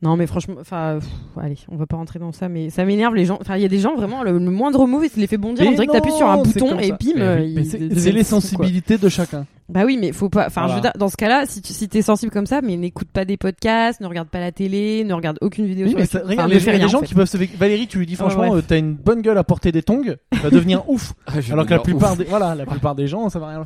[SPEAKER 2] non, mais franchement, enfin, pff, allez, on va pas rentrer dans ça, mais ça m'énerve les gens. Enfin, il y a des gens vraiment le, le moindre mot, ils se les fait bondir.
[SPEAKER 1] Mais
[SPEAKER 2] on dirait que
[SPEAKER 1] non,
[SPEAKER 2] t'appuies sur un
[SPEAKER 1] c'est
[SPEAKER 2] bouton
[SPEAKER 1] comme
[SPEAKER 2] et
[SPEAKER 1] ça.
[SPEAKER 2] bim,
[SPEAKER 1] Mais
[SPEAKER 2] euh,
[SPEAKER 1] oui, mais
[SPEAKER 2] ils
[SPEAKER 1] c'est-
[SPEAKER 2] deviennent
[SPEAKER 1] C'est les
[SPEAKER 2] fous, quoi.
[SPEAKER 1] sensibilités de chacun.
[SPEAKER 2] Bah oui, mais faut pas. Enfin,
[SPEAKER 1] Voilà.
[SPEAKER 2] je veux dire, dans ce cas-là, si tu si t'es sensible comme ça, mais n'écoute pas des podcasts, ne regarde pas la télé, ne regarde aucune vidéo
[SPEAKER 1] Oui,
[SPEAKER 2] sur
[SPEAKER 1] mais
[SPEAKER 2] YouTube.
[SPEAKER 1] ça-
[SPEAKER 2] Enfin,
[SPEAKER 1] regarde,
[SPEAKER 2] ne
[SPEAKER 1] les,
[SPEAKER 2] fais
[SPEAKER 1] il y a des
[SPEAKER 2] rien,
[SPEAKER 1] gens
[SPEAKER 2] en fait.
[SPEAKER 1] qui peuvent se. Valérie, tu lui dis franchement,
[SPEAKER 2] bref.
[SPEAKER 1] euh, t'as une bonne gueule à porter des tongs, tu vas devenir ouf.
[SPEAKER 3] Ah, je
[SPEAKER 1] Alors que la
[SPEAKER 3] vais dire,
[SPEAKER 1] plupart,
[SPEAKER 3] ouf.
[SPEAKER 1] des, voilà, la plupart des gens, ça va rien.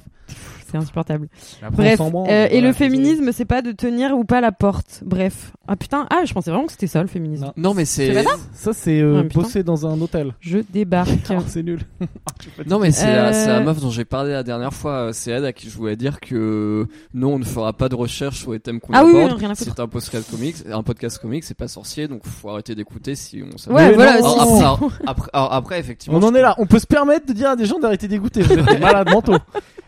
[SPEAKER 2] C'est insupportable.
[SPEAKER 1] Après,
[SPEAKER 2] Bref.
[SPEAKER 1] on s'en branle,
[SPEAKER 2] euh, et
[SPEAKER 1] voilà,
[SPEAKER 2] le
[SPEAKER 1] c'est-
[SPEAKER 2] féminisme, c'est pas de tenir ou pas la porte. Bref. Ah putain. Ah, je pensais vraiment que c'était ça le féminisme.
[SPEAKER 1] Non.
[SPEAKER 3] Non, mais
[SPEAKER 2] C'est
[SPEAKER 3] c'est.
[SPEAKER 2] pas
[SPEAKER 1] Ça, c'est euh,
[SPEAKER 2] Ouais, mais Ah putain.
[SPEAKER 1] bosser dans un hôtel.
[SPEAKER 2] Je débarque.
[SPEAKER 1] Ah, c'est nul.
[SPEAKER 3] Non, mais c'est la,
[SPEAKER 2] Euh,
[SPEAKER 3] c'est la meuf dont j'ai parlé la dernière fois. euh, C'est elle à qui je voulais dire que euh, non, on ne fera pas de recherche sur les thèmes qu'on
[SPEAKER 2] Ah oui,
[SPEAKER 3] aborde.
[SPEAKER 2] oui, rien à foutre.
[SPEAKER 3] c'est un podcast comique, un podcast comique, c'est pas sorcier, donc faut arrêter d'écouter si on. s'amuse.
[SPEAKER 2] Ouais,
[SPEAKER 1] Mais
[SPEAKER 2] voilà.
[SPEAKER 1] non,
[SPEAKER 2] si-
[SPEAKER 3] Alors,
[SPEAKER 1] oh.
[SPEAKER 3] après, alors, après, alors, après, effectivement.
[SPEAKER 1] On en
[SPEAKER 3] je-
[SPEAKER 1] est là. On peut se permettre de dire à des gens d'arrêter d'écouter. Vous êtes des malades mentaux.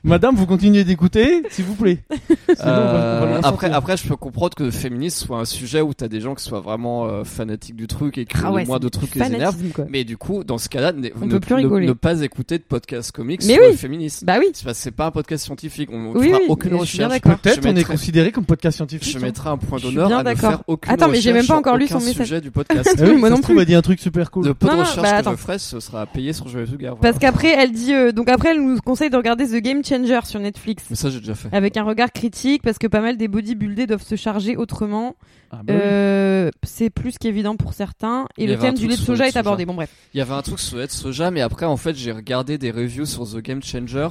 [SPEAKER 1] Madame, vous continuez d'écouter, s'il vous plaît. Sinon, on va- on va le
[SPEAKER 3] Euh,
[SPEAKER 1] ressentir.
[SPEAKER 3] après, après, je peux comprendre que le féminisme soit un sujet où t'as des gens qui soient vraiment euh, fanatiques du truc et qui
[SPEAKER 2] Ah
[SPEAKER 3] ont
[SPEAKER 2] ouais,
[SPEAKER 3] le moins
[SPEAKER 2] c'est
[SPEAKER 3] de
[SPEAKER 2] du
[SPEAKER 3] trucs qui les énervent.
[SPEAKER 2] fanatisme, quoi.
[SPEAKER 3] Mais du coup, dans ce cas-là, ne,
[SPEAKER 2] On
[SPEAKER 3] ne-
[SPEAKER 2] peut plus
[SPEAKER 3] ne-
[SPEAKER 2] rigoler.
[SPEAKER 3] ne pas écouter de podcast comics
[SPEAKER 2] Mais
[SPEAKER 3] sur
[SPEAKER 2] oui.
[SPEAKER 3] le féminisme.
[SPEAKER 2] Bah oui.
[SPEAKER 3] C'est parce que C'est pas un podcast scientifique, on ne
[SPEAKER 2] Oui,
[SPEAKER 3] fera
[SPEAKER 2] oui,
[SPEAKER 3] aucune
[SPEAKER 2] mais je suis bien
[SPEAKER 3] recherche.
[SPEAKER 2] d'accord.
[SPEAKER 1] Peut-être
[SPEAKER 3] Je
[SPEAKER 1] on est hein.
[SPEAKER 3] mettrai-
[SPEAKER 1] considéré comme podcast scientifique.
[SPEAKER 3] Je mettrai un point
[SPEAKER 2] Je suis
[SPEAKER 3] d'honneur
[SPEAKER 2] bien
[SPEAKER 3] à ne
[SPEAKER 2] d'accord.
[SPEAKER 3] faire aucune
[SPEAKER 2] Attends, mais j'ai même
[SPEAKER 3] recherche
[SPEAKER 2] pas encore
[SPEAKER 3] sur
[SPEAKER 2] lu
[SPEAKER 3] aucun
[SPEAKER 2] son message.
[SPEAKER 3] sujet du podcast.
[SPEAKER 1] Ah oui,
[SPEAKER 2] moi
[SPEAKER 1] ça
[SPEAKER 2] non
[SPEAKER 1] se trouve,
[SPEAKER 2] plus.
[SPEAKER 1] elle dit un truc super cool.
[SPEAKER 3] Le peu de
[SPEAKER 2] Non, non,
[SPEAKER 3] recherche
[SPEAKER 2] bah,
[SPEAKER 3] que
[SPEAKER 2] attends.
[SPEAKER 3] je ferai, ce sera payé sur Joyeux Sugar.
[SPEAKER 2] Parce qu'après, elle dit. euh, donc après, elle nous conseille de regarder The Game Changer sur Netflix.
[SPEAKER 3] Mais ça, j'ai déjà fait.
[SPEAKER 2] Avec un regard critique, parce que pas mal des bodybuildés doivent se charger autrement.
[SPEAKER 1] Ah, bah oui.
[SPEAKER 2] Euh, c'est plus qu'évident pour certains. Et
[SPEAKER 3] Il y
[SPEAKER 2] le
[SPEAKER 3] avait un
[SPEAKER 2] thème du
[SPEAKER 3] truc
[SPEAKER 2] lait de
[SPEAKER 3] sur le
[SPEAKER 2] soja est
[SPEAKER 3] soja.
[SPEAKER 2] abordé. Bon, bref.
[SPEAKER 3] Il y avait un truc sur Ed Soja, mais après, en fait, j'ai regardé des reviews sur The Game Changers.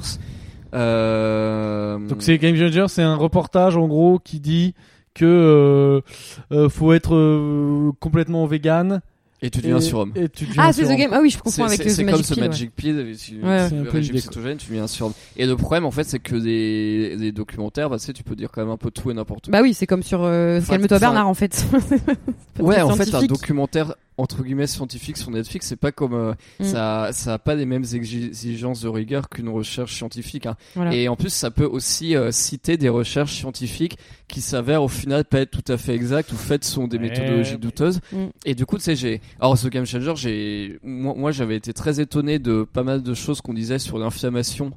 [SPEAKER 3] Euh...
[SPEAKER 1] Donc c'est Game Changer, c'est un reportage en gros qui dit que euh, euh, faut être euh, complètement vegan.
[SPEAKER 3] Et tu deviens
[SPEAKER 1] et-
[SPEAKER 3] un surhomme.
[SPEAKER 1] et tu deviens
[SPEAKER 2] Ah,
[SPEAKER 1] un
[SPEAKER 2] c'est The
[SPEAKER 1] surhomme.
[SPEAKER 2] Game. Ah oui, je
[SPEAKER 3] C'est
[SPEAKER 2] confonds avec
[SPEAKER 3] c'est-
[SPEAKER 2] le
[SPEAKER 3] c'est
[SPEAKER 2] The
[SPEAKER 3] comme
[SPEAKER 2] Magic
[SPEAKER 3] ce
[SPEAKER 2] Pill, ouais.
[SPEAKER 3] Magic Pill, tu-
[SPEAKER 2] Ouais, ouais.
[SPEAKER 3] tu-
[SPEAKER 1] C'est un peu
[SPEAKER 3] régime
[SPEAKER 1] l'idée, quoi.
[SPEAKER 3] cétogène, tu deviens un surhomme. Et le problème, en fait, c'est que des, des documentaires, bah, tu sais, tu peux dire quand même un peu tout et n'importe quoi.
[SPEAKER 2] Bah oui, c'est comme sur euh,
[SPEAKER 3] Enfin,
[SPEAKER 2] Calme-toi
[SPEAKER 3] enfin,
[SPEAKER 2] Bernard en fait. C'est pas très
[SPEAKER 3] ouais, en fait, un
[SPEAKER 2] scientifique.
[SPEAKER 3] documentaire entre guillemets scientifique sur Netflix, c'est pas comme euh,
[SPEAKER 2] Mm.
[SPEAKER 3] ça, ça a pas les mêmes exigences de rigueur qu'une recherche scientifique. hein.
[SPEAKER 2] Voilà.
[SPEAKER 3] Et en plus, ça peut aussi euh, citer des recherches scientifiques qui s'avèrent au final pas être tout à fait exactes ou faites sont des
[SPEAKER 1] Ouais,
[SPEAKER 3] méthodologies
[SPEAKER 1] mais-
[SPEAKER 3] douteuses.
[SPEAKER 2] Mm.
[SPEAKER 3] Et du coup, tu sais, j'ai. Alors, ce Game Changer, j'ai. Moi, moi, j'avais été très étonné de pas mal de choses qu'on disait sur l'inflammation.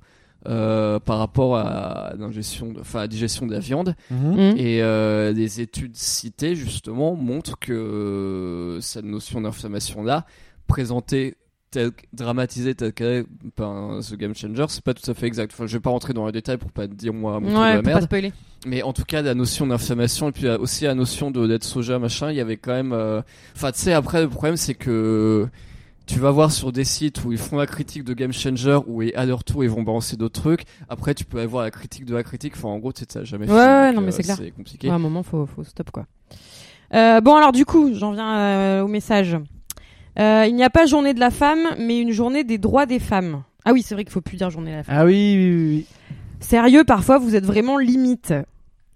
[SPEAKER 3] euh, par rapport à l'ingestion, de- enfin à la digestion de la viande,
[SPEAKER 1] Mhm.
[SPEAKER 2] Mm.
[SPEAKER 3] et euh, des études citées justement montrent que euh, cette notion d'inflammation-là, présentée, telle, que- dramatisée telle qu'elle est par un- ce Game Changer, c'est pas tout à fait exact. Enfin, je vais pas rentrer dans les détails pour pas te dire moi mon truc de
[SPEAKER 2] Ouais,
[SPEAKER 3] la
[SPEAKER 2] pour pas
[SPEAKER 3] merde.
[SPEAKER 2] spoiler.
[SPEAKER 3] Mais en tout cas, la notion d'inflammation et puis la- aussi la notion de d'être soja machin, il y avait quand même. euh, Enfin, tu sais, après le problème c'est que tu vas voir sur des sites où ils font la critique de Game Changer où et à leur tour ils vont balancer d'autres trucs. Après, tu peux avoir la critique de la critique. Enfin, en gros, tu sais, t'as jamais.
[SPEAKER 2] Ouais,
[SPEAKER 3] fini,
[SPEAKER 2] ouais,
[SPEAKER 3] donc, euh,
[SPEAKER 2] non, mais c'est clair.
[SPEAKER 3] C'est compliqué.
[SPEAKER 2] Ouais, Bah, à un moment, faut, faut stop quoi. Euh, bon, alors du coup, j'en viens euh, au message. Euh, il n'y a pas journée de la femme, mais une journée des droits des femmes. Ah oui, c'est vrai qu'il faut plus dire journée de la femme.
[SPEAKER 1] Ah oui, oui, oui, oui.
[SPEAKER 2] Sérieux, parfois vous êtes vraiment limite.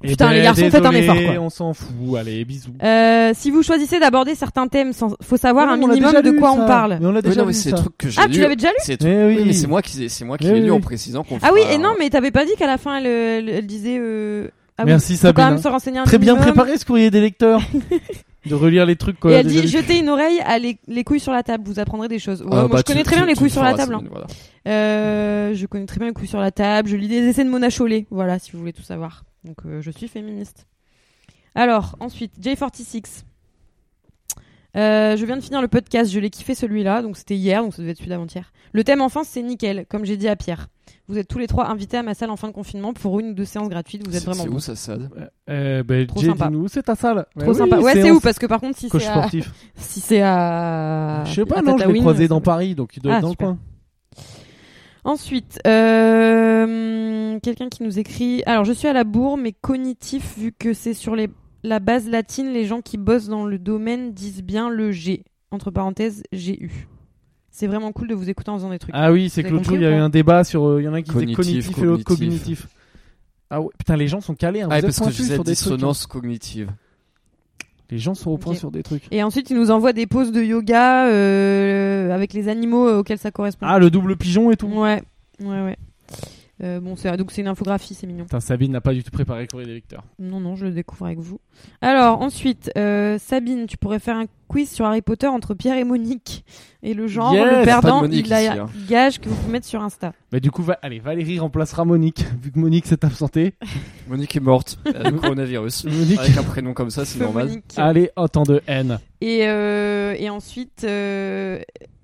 [SPEAKER 1] Eh
[SPEAKER 2] Putain,
[SPEAKER 1] ben,
[SPEAKER 2] les garçons, faites un
[SPEAKER 1] désolé,
[SPEAKER 2] effort, quoi.
[SPEAKER 1] On s'en fout. Allez, bisous.
[SPEAKER 2] Euh, si vous choisissez d'aborder certains thèmes, sans... faut savoir
[SPEAKER 1] Ouais,
[SPEAKER 2] un
[SPEAKER 1] mais on l'a
[SPEAKER 2] minimum
[SPEAKER 1] déjà
[SPEAKER 2] de
[SPEAKER 1] lu,
[SPEAKER 2] quoi
[SPEAKER 1] ça.
[SPEAKER 2] on parle.
[SPEAKER 1] Mais on l'a
[SPEAKER 3] Oui,
[SPEAKER 1] déjà
[SPEAKER 3] non, mais
[SPEAKER 1] lu,
[SPEAKER 3] c'est
[SPEAKER 1] ça.
[SPEAKER 3] des trucs que j'ai
[SPEAKER 2] Ah,
[SPEAKER 3] lu.
[SPEAKER 2] tu l'avais déjà lu
[SPEAKER 3] C'est des
[SPEAKER 1] Eh
[SPEAKER 3] trucs-
[SPEAKER 1] oui.
[SPEAKER 3] mais c'est moi qui, c'est moi qui
[SPEAKER 1] Eh
[SPEAKER 3] l'ai
[SPEAKER 1] oui.
[SPEAKER 3] lu en précisant qu'on.
[SPEAKER 2] Ah oui,
[SPEAKER 3] fera-
[SPEAKER 2] et non, mais t'avais pas dit qu'à la fin elle, elle- elle disait. Euh... Ah oui,
[SPEAKER 1] Merci,
[SPEAKER 2] faut quand
[SPEAKER 1] Sabine.
[SPEAKER 2] même se renseigner un
[SPEAKER 1] Très bien
[SPEAKER 2] minimum.
[SPEAKER 1] préparé ce courrier des lecteurs. de relire les trucs qu'on
[SPEAKER 2] Et
[SPEAKER 1] a
[SPEAKER 2] elle
[SPEAKER 1] déjà
[SPEAKER 2] dit
[SPEAKER 1] lus.
[SPEAKER 2] jetez une oreille à les, les couilles sur la table, vous apprendrez des choses. Ouais,
[SPEAKER 3] Euh,
[SPEAKER 2] moi,
[SPEAKER 3] bah,
[SPEAKER 2] je
[SPEAKER 3] tu-
[SPEAKER 2] connais très
[SPEAKER 3] tu-
[SPEAKER 2] bien les
[SPEAKER 3] tu
[SPEAKER 2] couilles
[SPEAKER 3] le
[SPEAKER 2] sur la
[SPEAKER 3] feras,
[SPEAKER 2] table. hein.
[SPEAKER 3] Sabine, voilà.
[SPEAKER 2] Euh, je connais très bien les couilles sur la table. Je lis des essais de Mona Chollet, voilà, si vous voulez tout savoir. Donc euh, je suis féministe. Alors, ensuite, J46. Euh, je viens de finir le podcast, je l'ai kiffé celui-là, donc c'était hier, donc ça devait être celui d'avant-hier. Le thème enfance, c'est nickel, comme j'ai dit à Pierre. Vous êtes tous les trois invités à ma salle en fin de confinement pour une ou deux séances gratuites, vous êtes
[SPEAKER 3] C'est-
[SPEAKER 2] vraiment
[SPEAKER 3] C'est
[SPEAKER 2] bons.
[SPEAKER 3] où ça, Sad
[SPEAKER 1] Euh, ben,
[SPEAKER 2] Trop
[SPEAKER 1] Jay,
[SPEAKER 2] sympa.
[SPEAKER 1] dis-nous, c'est ta salle. Eh
[SPEAKER 2] Trop sympa. Ouais, c'est où Parce que par contre, si
[SPEAKER 1] Coach
[SPEAKER 2] c'est à...
[SPEAKER 1] sportif.
[SPEAKER 2] si c'est à...
[SPEAKER 1] je sais pas,
[SPEAKER 2] à
[SPEAKER 1] non, je l'ai
[SPEAKER 2] Tataouine,
[SPEAKER 1] croisé
[SPEAKER 2] ça-
[SPEAKER 1] dans Paris, donc il doit
[SPEAKER 2] Ah,
[SPEAKER 1] être dans
[SPEAKER 2] super.
[SPEAKER 1] le coin.
[SPEAKER 2] Ensuite, euh, quelqu'un qui nous écrit Alors, je suis à la bourre, mais cognitif, vu que c'est sur les, la base latine, les gens qui bossent dans le domaine disent bien le G. Entre parenthèses, GU. C'est vraiment cool de vous écouter en faisant des trucs.
[SPEAKER 1] Ah oui, c'est que
[SPEAKER 2] Vous avez
[SPEAKER 1] l'autre jour, il
[SPEAKER 2] compris
[SPEAKER 1] y a
[SPEAKER 2] ou
[SPEAKER 1] eu
[SPEAKER 2] pas
[SPEAKER 1] un débat sur. euh, Il y en a un qui
[SPEAKER 3] Cognitif,
[SPEAKER 1] disait cognitif et l'autre
[SPEAKER 3] cognitif.
[SPEAKER 1] cognitif. Ah ouais, putain, les gens sont calés. Hein,
[SPEAKER 3] Ah,
[SPEAKER 1] vous êtes
[SPEAKER 3] parce que je
[SPEAKER 1] pointus
[SPEAKER 3] disais
[SPEAKER 1] sur des trucs. hein.
[SPEAKER 3] dissonance cognitive.
[SPEAKER 1] Les gens sont au point
[SPEAKER 2] Ok.
[SPEAKER 1] sur des trucs.
[SPEAKER 2] Et ensuite, il nous envoie des poses de yoga euh, avec les animaux auxquels ça correspond.
[SPEAKER 1] Ah, le double pigeon et tout.
[SPEAKER 2] ouais, ouais, ouais. Euh, bon, c'est donc c'est une infographie, c'est mignon.
[SPEAKER 1] Putain, Sabine n'a pas du tout préparé le courrier des lecteurs.
[SPEAKER 2] Non, non, je le découvre avec vous. Alors, ensuite, euh, Sabine, tu pourrais faire un quiz sur Harry Potter entre Pierre et Monique. Et le genre,
[SPEAKER 1] Yes,
[SPEAKER 2] le
[SPEAKER 3] pas de
[SPEAKER 2] perdant,
[SPEAKER 3] Monique
[SPEAKER 2] il a
[SPEAKER 3] ici, hein.
[SPEAKER 2] gage que vous pouvez mettre sur Insta.
[SPEAKER 1] Mais du coup, va- allez, Valérie remplacera Monique, vu que Monique s'est absentée.
[SPEAKER 3] Monique est morte. euh, du coronavirus.
[SPEAKER 1] Monique.
[SPEAKER 3] Avec un prénom comme ça, c'est
[SPEAKER 2] Feu
[SPEAKER 3] normal.
[SPEAKER 2] Monique.
[SPEAKER 1] Allez, autant de haine.
[SPEAKER 2] Et, euh, et ensuite, euh,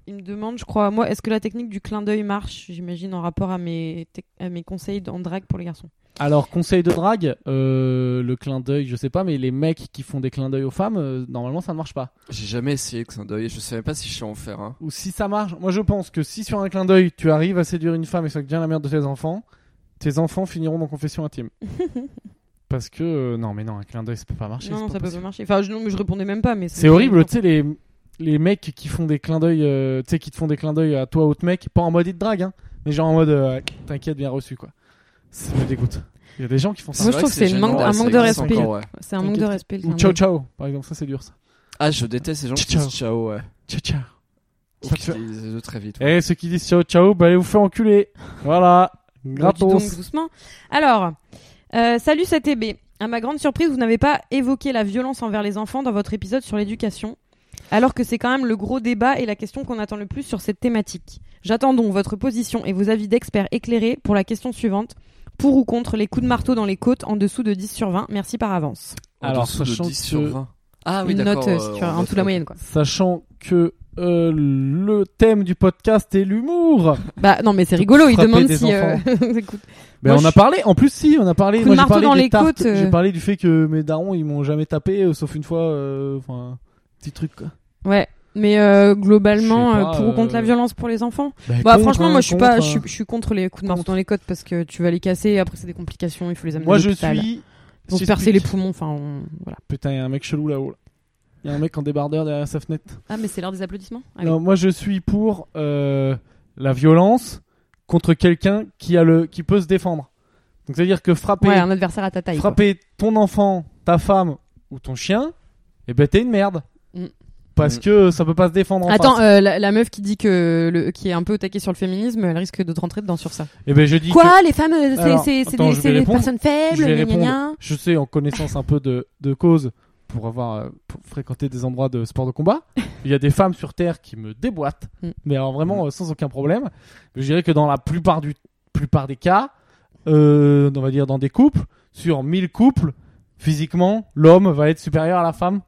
[SPEAKER 2] il me demande, je crois, moi, est-ce que la technique du clin d'œil marche J'imagine en rapport à mes, tec- à mes conseils en drague pour les garçons.
[SPEAKER 1] Alors, conseil de drague, euh, le clin d'œil, je sais pas, mais les mecs qui font des clins d'œil aux femmes, euh, normalement ça ne marche pas.
[SPEAKER 3] J'ai jamais essayé que ça deuil. Je savais pas si je sais en faire. Hein.
[SPEAKER 1] Ou si ça marche, moi je pense que si sur un clin d'œil tu arrives à séduire une femme et ça devient la mère de tes enfants, tes enfants finiront dans confession intime. Parce que, euh, non mais non, un clin d'œil ça peut pas marcher.
[SPEAKER 2] non,
[SPEAKER 1] c'est
[SPEAKER 2] non,
[SPEAKER 1] pas
[SPEAKER 2] ça peut pas
[SPEAKER 1] possible.
[SPEAKER 2] marcher. Enfin, je, non, mais je répondais même pas. mais
[SPEAKER 1] C'est horrible, tu sais, les, les mecs qui font des clins d'œil, euh, tu sais, qui te font des clins d'œil à toi, autre mec, pas en mode ils te draguent, hein, mais genre en mode euh, t'inquiète, bien reçu quoi. Ça me dégoûte. Il y a des gens qui font ça.
[SPEAKER 2] Moi, je
[SPEAKER 3] vrai
[SPEAKER 2] trouve
[SPEAKER 3] que
[SPEAKER 2] que c'est une
[SPEAKER 3] gênant,
[SPEAKER 2] manque- un
[SPEAKER 3] ouais,
[SPEAKER 2] manque
[SPEAKER 3] ça
[SPEAKER 2] de
[SPEAKER 3] existe
[SPEAKER 2] respect.
[SPEAKER 3] encore, ouais.
[SPEAKER 2] C'est un manque de respect. le
[SPEAKER 1] Ou
[SPEAKER 2] clin
[SPEAKER 1] ciao
[SPEAKER 2] d'œil.
[SPEAKER 1] ciao, par exemple, ça c'est dur ça.
[SPEAKER 3] Ah, je déteste les gens qui
[SPEAKER 1] Ciao.
[SPEAKER 3] disent ciao, ouais.
[SPEAKER 1] Ciao ciao.
[SPEAKER 3] Ou
[SPEAKER 1] Ça
[SPEAKER 3] qui
[SPEAKER 1] peut-
[SPEAKER 3] disent les deux très vite. ouais.
[SPEAKER 1] Eh, ceux qui disent ciao ciao, bah allez vous faire enculer. Voilà,
[SPEAKER 2] Bon, dis donc,
[SPEAKER 1] gratos.
[SPEAKER 2] doucement. Alors, euh, salut CTB. À ma grande surprise, vous n'avez pas évoqué la violence envers les enfants dans votre épisode sur l'éducation, alors que c'est quand même le gros débat et la question qu'on attend le plus sur cette thématique. J'attends donc votre position et vos avis d'experts éclairés pour la question suivante. Pour ou contre les coups de marteau dans les côtes en dessous de 10 sur 20 Merci par avance.
[SPEAKER 3] En
[SPEAKER 1] Alors,
[SPEAKER 3] dessous de
[SPEAKER 1] sachant
[SPEAKER 3] 10 sur
[SPEAKER 1] que-
[SPEAKER 3] 20. Ah oui,
[SPEAKER 2] Une
[SPEAKER 3] d'accord.
[SPEAKER 2] note, euh, si tu as en dessous de la moyenne, quoi.
[SPEAKER 1] Sachant que euh, le thème du podcast est l'humour.
[SPEAKER 2] Bah non, mais c'est rigolo, il
[SPEAKER 1] Frapper
[SPEAKER 2] demande
[SPEAKER 1] des
[SPEAKER 2] si... euh, écoute.
[SPEAKER 1] Ben
[SPEAKER 2] Moi,
[SPEAKER 1] on a
[SPEAKER 2] je-
[SPEAKER 1] parlé, en plus si, on a parlé,
[SPEAKER 2] Coup de
[SPEAKER 1] moi j'ai
[SPEAKER 2] marteau
[SPEAKER 1] parlé
[SPEAKER 2] dans
[SPEAKER 1] des
[SPEAKER 2] les
[SPEAKER 1] tartes,
[SPEAKER 2] côtes, euh.
[SPEAKER 1] j'ai parlé du fait que mes darons ils m'ont jamais tapé, euh, sauf une fois, euh, enfin, un petit truc quoi.
[SPEAKER 2] Ouais, mais euh, globalement,
[SPEAKER 1] Je sais pas,
[SPEAKER 2] euh, pour ou contre
[SPEAKER 1] euh,
[SPEAKER 2] la violence pour les enfants
[SPEAKER 1] Bah,
[SPEAKER 2] Bah
[SPEAKER 1] contre,
[SPEAKER 2] franchement
[SPEAKER 1] hein,
[SPEAKER 2] moi je suis
[SPEAKER 1] contre,
[SPEAKER 2] pas
[SPEAKER 1] hein.
[SPEAKER 2] je suis, je suis contre les coups de marteau
[SPEAKER 1] Contre.
[SPEAKER 2] dans les côtes parce que tu vas les casser et après c'est des complications il faut les amener
[SPEAKER 1] Moi
[SPEAKER 2] à
[SPEAKER 1] je
[SPEAKER 2] l'hôpital.
[SPEAKER 1] suis.
[SPEAKER 2] Donc
[SPEAKER 1] je
[SPEAKER 2] percer les
[SPEAKER 1] t'explique.
[SPEAKER 2] poumons enfin on- voilà.
[SPEAKER 1] Putain, y a un mec chelou là-haut. là. Y a un mec en débardeur derrière sa fenêtre.
[SPEAKER 2] Ah mais c'est l'heure des applaudissements.
[SPEAKER 1] Non, moi je suis pour euh, la violence contre quelqu'un qui a le qui peut se défendre. Donc c'est à dire que frapper
[SPEAKER 2] Ouais, un adversaire à ta taille. quoi.
[SPEAKER 1] frapper ton enfant, ta femme ou ton chien, eh ben t'es une merde.
[SPEAKER 2] Mm.
[SPEAKER 1] Parce
[SPEAKER 3] Mm.
[SPEAKER 1] que ça peut pas se défendre en
[SPEAKER 2] Attends,
[SPEAKER 1] face.
[SPEAKER 2] euh, la, la meuf qui dit que le, qui est un peu au taquet sur le féminisme, elle risque de te rentrer dedans sur ça.
[SPEAKER 1] Eh ben je dis que
[SPEAKER 2] Quoi, les femmes, euh, c'est
[SPEAKER 1] Alors,
[SPEAKER 2] c'est- c'est
[SPEAKER 1] attends,
[SPEAKER 2] des,
[SPEAKER 1] je vais
[SPEAKER 2] c'est des
[SPEAKER 1] répondre.
[SPEAKER 2] personnes faibles,
[SPEAKER 1] Je vais
[SPEAKER 2] gna gna gna.
[SPEAKER 1] je sais en connaissance un peu de, de cause pour avoir euh, pour fréquenté des endroits de sport de combat, il y a des femmes sur terre qui me déboîtent,
[SPEAKER 2] Mm.
[SPEAKER 1] mais alors vraiment euh, sans aucun problème. Je dirais que dans la plupart du plupart des cas, euh, on va dire dans des couples, sur 1000 couples, physiquement l'homme va être supérieur à la femme.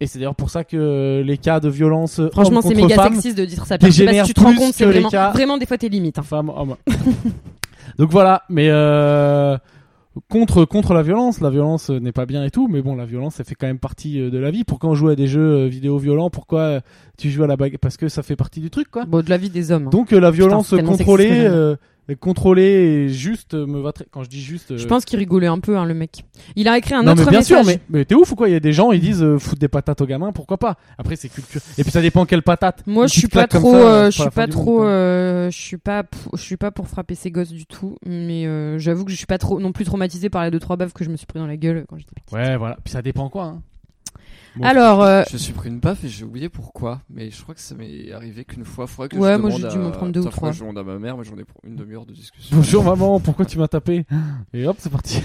[SPEAKER 1] Et c'est d'ailleurs pour ça que euh, les cas de violence euh,
[SPEAKER 2] Franchement,
[SPEAKER 1] homme
[SPEAKER 2] c'est
[SPEAKER 1] contre
[SPEAKER 2] méga
[SPEAKER 1] femme,
[SPEAKER 2] sexiste de dire ça. Pierre. Je sais pas si
[SPEAKER 1] dégénèrent
[SPEAKER 2] tu te rends
[SPEAKER 1] plus
[SPEAKER 2] compte, c'est
[SPEAKER 1] que les
[SPEAKER 2] vraiment,
[SPEAKER 1] cas-
[SPEAKER 2] vraiment des fois tes limites. hein.
[SPEAKER 1] femme, homme. Donc voilà, mais euh, contre, contre la violence, la violence euh, n'est pas bien et tout, mais bon, la violence, ça fait quand même partie euh, de la vie. Pourquoi on joue à des jeux euh, vidéo violents Pourquoi euh, tu joues à la bague Parce que ça fait partie du truc, quoi.
[SPEAKER 2] Bon, de la vie des hommes. hein.
[SPEAKER 1] Donc euh, la
[SPEAKER 2] Putain,
[SPEAKER 1] violence
[SPEAKER 2] c'est tellement
[SPEAKER 1] contrôlée,
[SPEAKER 2] sexiste,
[SPEAKER 1] euh, Et contrôler et juste euh, me va très. Quand je dis juste. euh,
[SPEAKER 2] Je pense qu'il rigolait un peu, hein, le mec. Il a écrit un
[SPEAKER 1] non,
[SPEAKER 2] autre
[SPEAKER 1] mais bien
[SPEAKER 2] message.
[SPEAKER 1] sûr, mais, mais t'es ouf ou quoi Il y a des gens, ils disent euh, foutre des patates aux gamins, pourquoi pas Après, c'est culture. Et puis ça dépend quelle patate.
[SPEAKER 2] Moi,
[SPEAKER 1] Une
[SPEAKER 2] je suis
[SPEAKER 1] petite
[SPEAKER 2] pas
[SPEAKER 1] claque comme
[SPEAKER 2] trop,
[SPEAKER 1] ça,
[SPEAKER 2] euh,
[SPEAKER 1] c'est
[SPEAKER 2] je suis
[SPEAKER 1] la fin
[SPEAKER 2] pas
[SPEAKER 1] du hein.
[SPEAKER 2] trop,
[SPEAKER 1] monde, quoi.
[SPEAKER 2] euh, je suis pas, pour- je suis pas pour frapper ces gosses du tout. Mais euh, j'avoue que je suis pas trop, non plus traumatisée par les deux trois baves que je me suis pris dans la gueule quand j'étais petite.
[SPEAKER 1] Ouais, voilà. Puis ça dépend quoi. hein. Bon.
[SPEAKER 2] Alors, euh,
[SPEAKER 3] Je me suis pris une baffe et j'ai oublié pourquoi, mais je crois que ça m'est arrivé qu'une fois. Faudrait que
[SPEAKER 2] Ouais,
[SPEAKER 3] je
[SPEAKER 2] moi,
[SPEAKER 3] demande
[SPEAKER 2] j'ai dû
[SPEAKER 3] à-
[SPEAKER 2] m'en prendre deux ou
[SPEAKER 3] Putain,
[SPEAKER 2] trois.
[SPEAKER 3] faudrait que Je demande à ma mère, mais j'en ai pour une demi-heure de discussion.
[SPEAKER 1] Bonjour maman, pourquoi tu m'as tapé Et hop, c'est parti.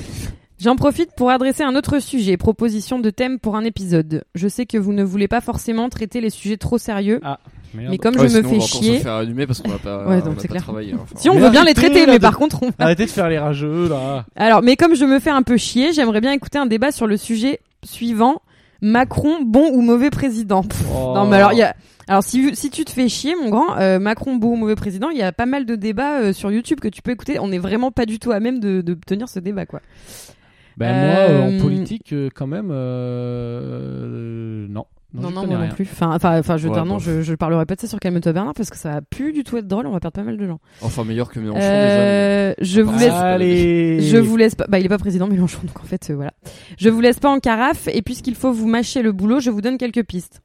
[SPEAKER 2] J'en profite pour adresser un autre sujet, proposition de thème pour un épisode. Je sais que vous ne voulez pas forcément traiter les sujets trop sérieux,
[SPEAKER 1] Ah, merde.
[SPEAKER 2] mais comme
[SPEAKER 3] Ouais,
[SPEAKER 2] je me
[SPEAKER 3] sinon,
[SPEAKER 2] fais
[SPEAKER 3] on va encore se
[SPEAKER 2] chier,
[SPEAKER 3] faire allumer parce qu'on va pas,
[SPEAKER 2] Ouais,
[SPEAKER 3] on
[SPEAKER 2] donc
[SPEAKER 3] va
[SPEAKER 2] c'est
[SPEAKER 3] pas
[SPEAKER 2] clair.
[SPEAKER 3] travailler. hein. enfin.
[SPEAKER 2] si on
[SPEAKER 1] Mais
[SPEAKER 2] veut bien les
[SPEAKER 1] arrêtez,
[SPEAKER 2] traiter,
[SPEAKER 1] là,
[SPEAKER 2] mais
[SPEAKER 1] de-
[SPEAKER 2] par contre, on va-
[SPEAKER 1] Arrêtez de faire les rageux là.
[SPEAKER 2] alors, mais comme je me fais un peu chier, j'aimerais bien écouter un débat sur le sujet suivant Macron, bon ou mauvais président. Pff,
[SPEAKER 1] Oh.
[SPEAKER 2] Non, mais alors, il y a... alors si, si tu te fais chier, mon grand, euh, Macron, bon ou mauvais président, il y a pas mal de débats euh, sur YouTube que tu peux écouter. On n'est vraiment pas du tout à même de, de tenir ce débat, quoi.
[SPEAKER 1] Ben moi, euh,
[SPEAKER 2] Euh,
[SPEAKER 1] en politique, euh, quand même, euh, euh, non.
[SPEAKER 2] Non,
[SPEAKER 1] j'y
[SPEAKER 2] non,
[SPEAKER 1] connais
[SPEAKER 2] moi non
[SPEAKER 1] rien.
[SPEAKER 2] plus. Enfin, enfin, enfin, je veux
[SPEAKER 3] Ouais,
[SPEAKER 2] dire, non,
[SPEAKER 3] bon.
[SPEAKER 2] je, je parlerai pas de ça sur Calme-toi Bernard parce que ça va plus du tout être drôle. On va perdre pas mal de gens.
[SPEAKER 3] Enfin, meilleur que Mélenchon déjà.
[SPEAKER 2] Euh, je vous
[SPEAKER 3] Ah,
[SPEAKER 2] laisse.
[SPEAKER 1] Allez.
[SPEAKER 2] Je vous laisse pas. Bah, il est pas président Mélenchon, donc en fait, euh, voilà. Je vous laisse pas en carafe, et puisqu'il faut vous mâcher le boulot, je vous donne quelques pistes.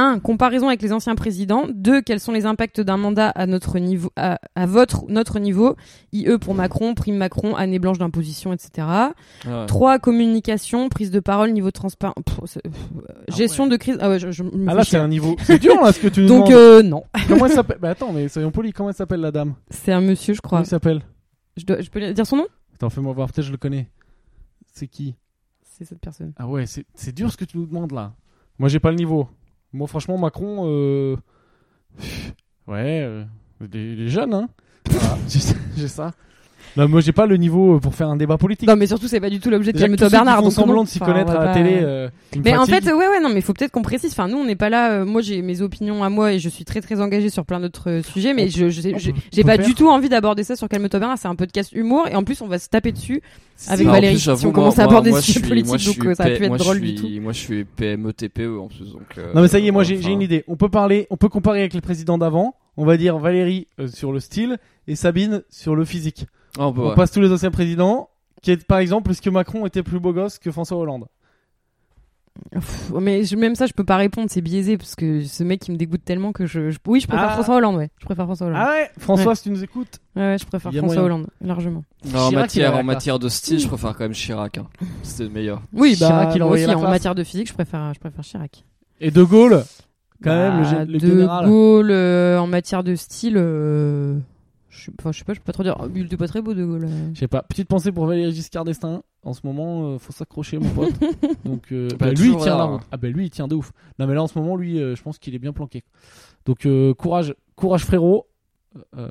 [SPEAKER 2] 1. Comparaison avec les anciens présidents. 2. Quels sont les impacts d'un mandat à notre niveau, à, à votre, notre niveau IE pour Macron, prime Macron, année blanche d'imposition, etc.
[SPEAKER 3] mais- Ah ouais.
[SPEAKER 2] 3. Communication, prise de parole, niveau de transparence, gestion de crise. Ah ouais, je, je me
[SPEAKER 1] Ah
[SPEAKER 2] fais
[SPEAKER 1] là,
[SPEAKER 2] chier.
[SPEAKER 1] c'est un niveau. C'est dur là ce que tu nous
[SPEAKER 2] Donc,
[SPEAKER 1] demandes.
[SPEAKER 2] euh, non.
[SPEAKER 1] Comment elle s'appelle Bah attends, mais soyons polis. Comment elle s'appelle la dame
[SPEAKER 2] C'est un monsieur, je
[SPEAKER 1] Comment
[SPEAKER 2] crois.
[SPEAKER 1] il s'appelle
[SPEAKER 2] Je, dois- je peux dire son nom?
[SPEAKER 1] Attends, fais-moi voir. Peut-être je le connais. C'est qui
[SPEAKER 2] C'est cette personne.
[SPEAKER 1] Ah ouais, c'est c'est dur ce que tu nous demandes là. Moi, j'ai pas le niveau. Moi, franchement, Macron, euh... ouais, euh, il est il est jeune, hein. Voilà,
[SPEAKER 2] Ah.
[SPEAKER 1] j'ai ça- j'ai ça. Non, moi, j'ai pas le niveau pour faire un débat politique.
[SPEAKER 2] Non, mais surtout, c'est pas du tout l'objet de
[SPEAKER 1] Déjà que
[SPEAKER 2] Calme-toi
[SPEAKER 1] tous ceux qui
[SPEAKER 2] Bernard.
[SPEAKER 1] font
[SPEAKER 2] donc non.
[SPEAKER 1] semblant de s'y
[SPEAKER 2] Enfin, on
[SPEAKER 1] connaître
[SPEAKER 2] va
[SPEAKER 1] à la
[SPEAKER 2] pas-
[SPEAKER 1] télé. euh, ils me
[SPEAKER 2] Mais en
[SPEAKER 1] fatiguent.
[SPEAKER 2] fait, ouais, ouais, non, mais il faut peut-être qu'on précise. Enfin, nous, on n'est pas là. euh, moi, j'ai mes opinions à moi et je suis très, très engagée sur plein d'autres euh, sujets, mais
[SPEAKER 1] On-
[SPEAKER 2] je, je sais-
[SPEAKER 1] on
[SPEAKER 2] j'ai-
[SPEAKER 1] peut-
[SPEAKER 2] j'ai
[SPEAKER 1] on
[SPEAKER 2] pas
[SPEAKER 1] peut
[SPEAKER 2] du tout envie d'aborder ça sur Calme-toi Bernard. C'est un podcast humour et en plus, on va se taper dessus. avec
[SPEAKER 3] Bah, en
[SPEAKER 2] Valérie,
[SPEAKER 3] plus,
[SPEAKER 2] si
[SPEAKER 3] j'avoue,
[SPEAKER 2] on commence
[SPEAKER 3] moi-
[SPEAKER 2] à aborder
[SPEAKER 3] moi,
[SPEAKER 2] des sujets
[SPEAKER 3] je suis- moi,
[SPEAKER 2] politiques,
[SPEAKER 3] je
[SPEAKER 2] donc, euh,
[SPEAKER 3] suis
[SPEAKER 2] ça a
[SPEAKER 3] P-
[SPEAKER 2] pu être
[SPEAKER 3] moi, je
[SPEAKER 2] drôle du
[SPEAKER 3] suis- Moi, je suis PME TPE en plus. Donc, euh,
[SPEAKER 1] Non mais ça y est, moi j'ai
[SPEAKER 3] enfin,
[SPEAKER 1] j'ai une idée. On peut parler, on peut comparer avec les présidents d'avant. On va dire Valérie euh, sur le style et Sabine sur le physique.
[SPEAKER 3] ah, on peut,
[SPEAKER 1] On
[SPEAKER 3] ouais.
[SPEAKER 1] passe tous les anciens présidents. Qui est, par exemple, est-ce que Macron était plus beau gosse que François Hollande
[SPEAKER 2] Pff, mais je- même ça, je peux pas répondre. C'est biaisé parce que ce mec, il me dégoûte tellement que je, je- oui, je préfère
[SPEAKER 1] Ah.
[SPEAKER 2] François Hollande. Ouais, je préfère François Hollande.
[SPEAKER 1] Ah ouais, François, si tu nous écoutes.
[SPEAKER 2] Ouais, ouais, je préfère
[SPEAKER 1] Il y a
[SPEAKER 2] François
[SPEAKER 1] moyen.
[SPEAKER 2] Hollande largement.
[SPEAKER 3] Non, en
[SPEAKER 1] Chirac, il
[SPEAKER 3] matière,
[SPEAKER 1] avait
[SPEAKER 3] en
[SPEAKER 1] la
[SPEAKER 3] matière de style, je préfère quand même Chirac. hein. C'était le meilleur.
[SPEAKER 2] Oui, bah,
[SPEAKER 1] Chirac, il
[SPEAKER 2] moi
[SPEAKER 1] envoyait
[SPEAKER 2] aussi,
[SPEAKER 1] la
[SPEAKER 2] en
[SPEAKER 1] classe.
[SPEAKER 2] matière de physique, je préfère, je préfère Chirac.
[SPEAKER 1] Et De Gaulle, quand
[SPEAKER 2] Bah,
[SPEAKER 1] même, le, gé- le
[SPEAKER 2] de
[SPEAKER 1] général.
[SPEAKER 2] Gaulle euh, en matière de style. euh, Je sais enfin, je sais pas, je peux pas trop dire. Oh, Il était pas très beau de Gaulle. euh.
[SPEAKER 1] Je sais pas. Petite pensée pour Valéry Giscard d'Estaing. En ce moment, euh, faut s'accrocher, mon pote. Donc, euh,
[SPEAKER 3] Bah,
[SPEAKER 1] bah, lui, il
[SPEAKER 3] toujours
[SPEAKER 1] tient
[SPEAKER 3] là,
[SPEAKER 1] la
[SPEAKER 3] hein.
[SPEAKER 1] route. Ah bah lui, il tient de ouf. Non mais là, en ce moment, lui, euh, je pense qu'il est bien planqué. Donc euh, courage, courage frérot. Euh,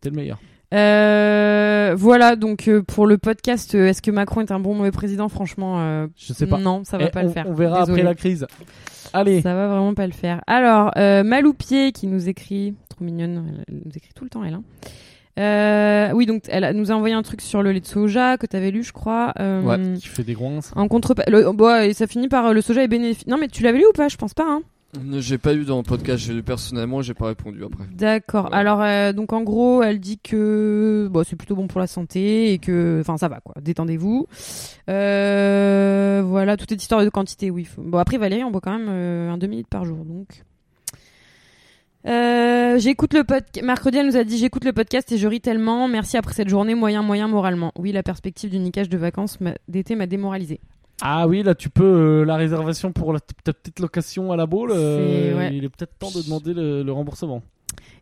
[SPEAKER 1] T'es le meilleur.
[SPEAKER 2] Euh, voilà donc euh, pour le podcast. euh, Est-ce que Macron est un bon mauvais président Franchement, euh,
[SPEAKER 1] Je sais pas.
[SPEAKER 2] non, ça va
[SPEAKER 1] Eh,
[SPEAKER 2] pas
[SPEAKER 1] on,
[SPEAKER 2] le faire.
[SPEAKER 1] on verra
[SPEAKER 2] Désolée.
[SPEAKER 1] après la crise. Allez,
[SPEAKER 2] Ça va vraiment pas le faire. Alors euh, Maloupier qui nous écrit, trop mignonne, elle, elle nous écrit tout le temps elle. hein. Euh, oui donc elle a- nous a envoyé un truc sur le lait de soja que t'avais lu je crois. Euh,
[SPEAKER 3] Ouais.
[SPEAKER 1] qui fait des groinces.
[SPEAKER 2] En contre, le- bah, et ça finit par euh, le soja est bénéfique. Non mais tu l'avais lu ou pas Je pense pas. Hein.
[SPEAKER 3] Ne- J'ai pas eu dans le podcast, j'ai lu personnellement, j'ai pas répondu après.
[SPEAKER 2] D'accord.
[SPEAKER 3] Voilà.
[SPEAKER 2] Alors euh, donc en gros, elle dit que bon, c'est plutôt bon pour la santé et que enfin ça va quoi. Détendez-vous. Euh, voilà, tout est histoire de quantité. Oui. Faut- Bon après Valérie, on boit quand même euh, un demi litre par jour donc. Euh, j'écoute le podcast. Mercredi, elle nous a dit j'écoute le podcast et je ris tellement. Merci après cette journée moyen moyen moralement. Oui, la perspective du niquage de vacances m'a- d'été m'a démoralisée.
[SPEAKER 1] Ah oui, là tu peux euh, la réservation pour la t- ta petite location à la boule. euh,
[SPEAKER 2] C'est- ouais. Bah,
[SPEAKER 1] Il est peut-être temps de demander le, le remboursement.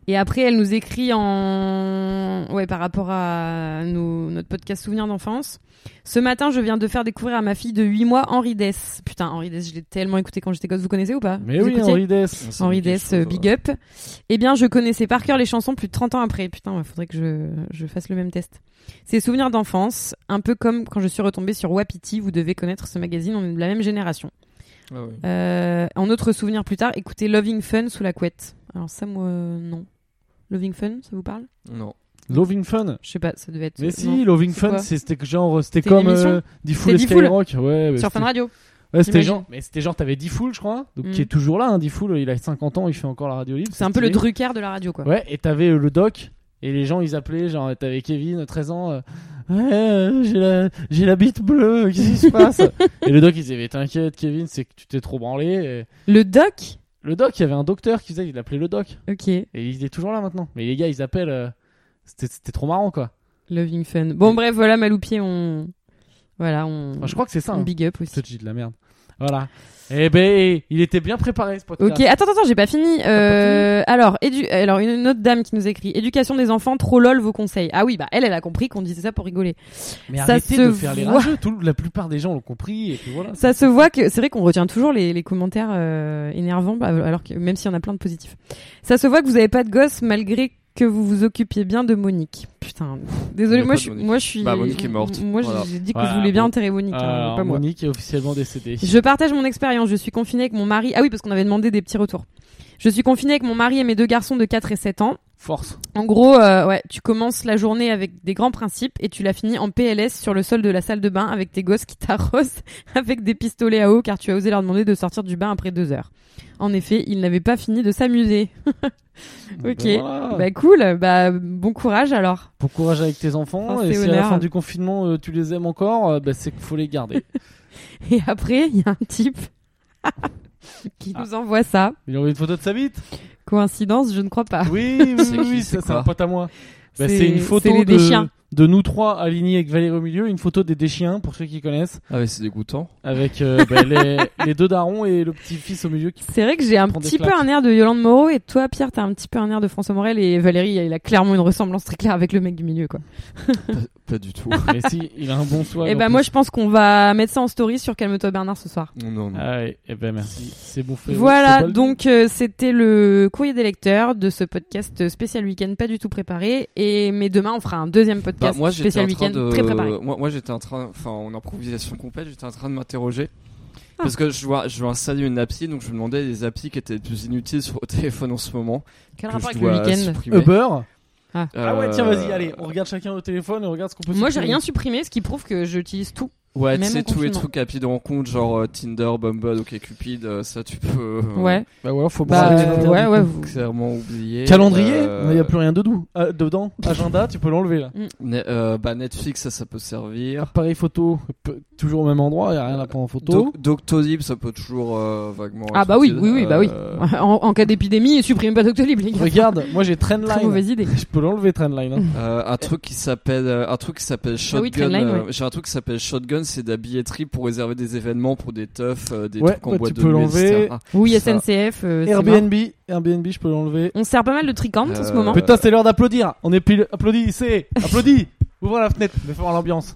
[SPEAKER 2] Et après, elle nous écrit en. Ouais, par rapport à nos- notre podcast Souvenirs d'enfance. Ce matin, je viens de faire découvrir à ma fille de 8 mois Henri Dess. Putain, Henri Dess, je l'ai tellement écouté quand j'étais gosse. Vous connaissez ou pas
[SPEAKER 1] Mais
[SPEAKER 2] Vous
[SPEAKER 1] oui,
[SPEAKER 2] écoutiez
[SPEAKER 1] Henri Dess.
[SPEAKER 3] Ça me
[SPEAKER 2] Henri
[SPEAKER 3] dit quelque
[SPEAKER 2] Dess, euh,
[SPEAKER 3] chose,
[SPEAKER 2] big
[SPEAKER 3] ouais.
[SPEAKER 2] up. Eh bien, je connaissais par cœur les chansons plus de 30 ans après. Putain, il faudrait que je, je fasse le même test. Ces souvenirs d'enfance, un peu comme quand je suis retombée sur Wapiti, vous devez connaître ce magazine, on est de la même génération.
[SPEAKER 3] Ah ouais.
[SPEAKER 2] Euh, en autre souvenir plus tard, écoutez Loving Fun sous la couette. Alors ça, moi, euh, non. Loving Fun, ça vous parle
[SPEAKER 3] Non.
[SPEAKER 1] Loving Fun.
[SPEAKER 2] Je sais pas, ça devait être.
[SPEAKER 1] Mais
[SPEAKER 2] euh,
[SPEAKER 1] si,
[SPEAKER 2] non.
[SPEAKER 1] Loving
[SPEAKER 2] C'est
[SPEAKER 1] Fun,
[SPEAKER 2] quoi
[SPEAKER 1] c'est- c'était genre, c'était
[SPEAKER 2] C'était
[SPEAKER 1] comme
[SPEAKER 2] une émission
[SPEAKER 1] euh, Diffoul
[SPEAKER 2] C'est
[SPEAKER 1] et
[SPEAKER 2] Diffoul.
[SPEAKER 1] Skyrock. Ouais, bah,
[SPEAKER 2] Sur
[SPEAKER 1] c'était-
[SPEAKER 2] Fun Radio.
[SPEAKER 1] ouais, c'était
[SPEAKER 2] j'imagine.
[SPEAKER 1] genre, mais c'était genre, t'avais Diffoul, je crois, donc
[SPEAKER 2] Mm.
[SPEAKER 1] qui est hein, toujours là. Hein, Diffoul, il a 50 ans, il fait encore la radio libre.
[SPEAKER 2] C'est un peu le
[SPEAKER 1] stylé.
[SPEAKER 2] Drucker de la radio, quoi.
[SPEAKER 1] Ouais, et t'avais euh, le doc. Et les gens, ils appelaient, genre, t'avais Kevin, 13 ans, euh, ouais, euh, j'ai la, j'ai la bite bleue, euh, qu'est-ce qui se passe Et le doc, il disait, mais t'inquiète, Kevin, c'est que tu t'es trop branlé. Et
[SPEAKER 2] Le doc
[SPEAKER 1] le doc, il y avait un docteur qui faisait, il l'appelait le doc.
[SPEAKER 2] Ok.
[SPEAKER 1] Et il est toujours là maintenant. Mais les gars, ils appellent. euh, C'était c'était trop marrant, quoi.
[SPEAKER 2] Loving fun. Bon, bref, voilà, Maloupier, on. Voilà, on.
[SPEAKER 1] Enfin, je crois que c'est ça.
[SPEAKER 2] on
[SPEAKER 1] Hein.
[SPEAKER 2] big up aussi.
[SPEAKER 1] Je te dis de la merde. Voilà. Eh ben, il était bien préparé, ce podcast.
[SPEAKER 2] Ok, attends, attends, j'ai pas fini. Euh, alors, édu alors, une- une autre dame qui nous écrit Éducation des enfants, trop lol vos conseils. Ah oui, bah elle, elle a compris qu'on disait ça pour rigoler.
[SPEAKER 1] Mais
[SPEAKER 2] ça
[SPEAKER 1] arrêtez
[SPEAKER 2] se
[SPEAKER 1] de faire les
[SPEAKER 2] voit.
[SPEAKER 1] rageux. Tout, la plupart des gens l'ont compris. Et puis voilà.
[SPEAKER 2] Ça se voit que c'est vrai qu'on retient toujours les, les commentaires euh, énervants, bah, alors que même s'il y en a plein de positifs. Ça se voit que vous avez pas de gosse malgré que vous vous occupiez bien de Monique. Putain,
[SPEAKER 3] Il y
[SPEAKER 2] désolé,
[SPEAKER 3] a
[SPEAKER 2] moi
[SPEAKER 3] pas
[SPEAKER 2] je, suis-
[SPEAKER 3] de Monique.
[SPEAKER 2] moi je suis.
[SPEAKER 3] Bah, Monique est morte.
[SPEAKER 2] Moi j'ai-
[SPEAKER 3] Voilà.
[SPEAKER 2] j'ai dit que
[SPEAKER 1] Voilà,
[SPEAKER 2] je voulais bien
[SPEAKER 1] bon.
[SPEAKER 2] enterrer Monique, hein,
[SPEAKER 1] Alors,
[SPEAKER 2] pas moi.
[SPEAKER 1] Monique est officiellement décédée.
[SPEAKER 2] Je partage mon expérience. Je suis confinée avec mon mari. Ah oui, parce qu'on avait demandé des petits retours. Je suis confinée avec mon mari et mes deux garçons de 4 et 7 ans.
[SPEAKER 1] Force.
[SPEAKER 2] En gros, euh, ouais, tu commences la journée avec des grands principes et tu la finis en PLS sur le sol de la salle de bain avec tes gosses qui t'arrosent avec des pistolets à eau car tu as osé leur demander de sortir du bain après deux heures. En effet, ils n'avaient pas fini de s'amuser. Ok.
[SPEAKER 1] Ben voilà.
[SPEAKER 2] Bah cool, bah bon courage alors.
[SPEAKER 1] Bon courage avec tes enfants.
[SPEAKER 2] Force
[SPEAKER 1] et
[SPEAKER 2] et
[SPEAKER 1] si à la
[SPEAKER 2] honneur.
[SPEAKER 1] fin du confinement, euh, tu les aimes encore, euh, bah, c'est qu'il faut les garder.
[SPEAKER 2] Et après, il y a un type
[SPEAKER 1] Ah.
[SPEAKER 2] qui nous envoie ça.
[SPEAKER 1] Il a envoyé une photo de sa bite
[SPEAKER 2] Coïncidence, je ne crois pas.
[SPEAKER 1] Oui, oui,
[SPEAKER 3] C'est qui,
[SPEAKER 1] oui,
[SPEAKER 3] c'est
[SPEAKER 1] ça, c'est un
[SPEAKER 3] quoi
[SPEAKER 1] pote à moi. Bah,
[SPEAKER 2] C'est-
[SPEAKER 1] c'est une photo
[SPEAKER 2] c'est les
[SPEAKER 1] de,
[SPEAKER 2] déchiens.
[SPEAKER 1] de nous trois alignés avec Valérie au milieu, une photo des déchiens pour ceux qui connaissent,
[SPEAKER 3] Ah, mais c'est dégoûtant.
[SPEAKER 1] avec euh, bah, les, les deux darons et le petit-fils au milieu. Qui...
[SPEAKER 2] C'est vrai que j'ai un
[SPEAKER 1] Prends des
[SPEAKER 2] petit peu
[SPEAKER 1] claques.
[SPEAKER 2] un air de Yolande Moreau et toi, Pierre, t'as un petit peu un air de François Morel et Valérie, elle a clairement une ressemblance très claire avec le mec du milieu, quoi.
[SPEAKER 3] Pas du tout.
[SPEAKER 1] Mais si, il a un bon soin.
[SPEAKER 2] et ben moi, je pense qu'on va mettre ça en story sur Calme-toi Bernard ce soir.
[SPEAKER 3] non, non.
[SPEAKER 1] Ah ouais, eh ben merci, c'est bon fait. C'est
[SPEAKER 2] Voilà,
[SPEAKER 1] pas le-
[SPEAKER 2] donc euh, c'était le courrier des lecteurs de ce podcast spécial week-end, pas du tout préparé. Et mais demain, on fera un deuxième
[SPEAKER 3] Bah,
[SPEAKER 2] podcast
[SPEAKER 3] moi j'étais
[SPEAKER 2] spécial
[SPEAKER 3] en train
[SPEAKER 2] week-end
[SPEAKER 3] de
[SPEAKER 2] très préparé.
[SPEAKER 3] moi, moi, j'étais en train enfin en improvisation complète j'étais en train de m'interroger parce que je vois je vois installer une appli donc je me demandais les applis qui étaient les plus inutiles sur au téléphone en ce moment
[SPEAKER 2] Quel
[SPEAKER 3] que
[SPEAKER 2] rapport
[SPEAKER 3] je
[SPEAKER 2] avec le
[SPEAKER 3] dois
[SPEAKER 2] week-end
[SPEAKER 3] supprimer.
[SPEAKER 1] Uber.
[SPEAKER 3] Euh,
[SPEAKER 1] bah, Ah ouais, tiens, vas-y, allez, on regarde chacun au téléphone et on regarde ce qu'on peut
[SPEAKER 2] Moi, j'ai
[SPEAKER 1] supprimer.
[SPEAKER 2] rien supprimé, ce qui prouve que j'utilise tout.
[SPEAKER 3] Ouais, tu
[SPEAKER 2] Même
[SPEAKER 3] sais
[SPEAKER 2] en
[SPEAKER 3] tous les
[SPEAKER 2] confinement.
[SPEAKER 3] trucs applis de rencontre genre euh, Tinder, Bumble, OkCupid, euh, ça tu peux euh,
[SPEAKER 2] Ouais.
[SPEAKER 1] Bah ouais, faut
[SPEAKER 2] Bah,
[SPEAKER 1] pas-
[SPEAKER 2] euh, ouais, ouais. vous-
[SPEAKER 3] clairement oublier.
[SPEAKER 1] Calendrier, il
[SPEAKER 3] Euh,
[SPEAKER 1] n'y a plus rien dedans. Ah, dedans, agenda, tu peux l'enlever là.
[SPEAKER 3] Ne- euh, bah Netflix ça ça peut servir.
[SPEAKER 1] Appareil photo, peu- toujours au même endroit, il n'y a rien à prendre en photo.
[SPEAKER 3] Doc- Doctolib ça peut toujours euh, vaguement
[SPEAKER 2] Ah
[SPEAKER 3] être
[SPEAKER 2] bah oui,
[SPEAKER 3] utile.
[SPEAKER 2] oui, oui, bah oui.
[SPEAKER 3] Euh,
[SPEAKER 2] En, en cas d'épidémie, supprimez pas Doctolib, les gars.
[SPEAKER 1] Regarde, moi j'ai
[SPEAKER 2] Très
[SPEAKER 1] Trendline.
[SPEAKER 2] mauvaise idée. Bah,
[SPEAKER 1] Je peux l'enlever Trendline. hein.
[SPEAKER 3] Euh, un truc qui s'appelle euh, un truc qui s'appelle
[SPEAKER 2] Ah oui,
[SPEAKER 3] Shotgun.
[SPEAKER 2] Trendline,
[SPEAKER 3] euh, J'ai un truc qui s'appelle Shotgun, c'est de la billetterie pour réserver des événements, pour des teufs, euh, des
[SPEAKER 1] Ouais,
[SPEAKER 3] trucs en
[SPEAKER 1] bah,
[SPEAKER 3] boîte
[SPEAKER 1] tu
[SPEAKER 3] de
[SPEAKER 1] peux
[SPEAKER 3] nuit,
[SPEAKER 1] l'enlever.
[SPEAKER 3] etc.
[SPEAKER 2] Oui,
[SPEAKER 3] Ça.
[SPEAKER 2] SNCF. euh, c'est mort.
[SPEAKER 1] Airbnb, Airbnb, je peux l'enlever.
[SPEAKER 2] On se sert pas mal de tricante en ce
[SPEAKER 3] Euh,
[SPEAKER 2] moment.
[SPEAKER 1] Putain, c'est l'heure d'applaudir. On est pile. Applaudis, c'est. Applaudis. Ouvre la fenêtre, mais faire l'ambiance.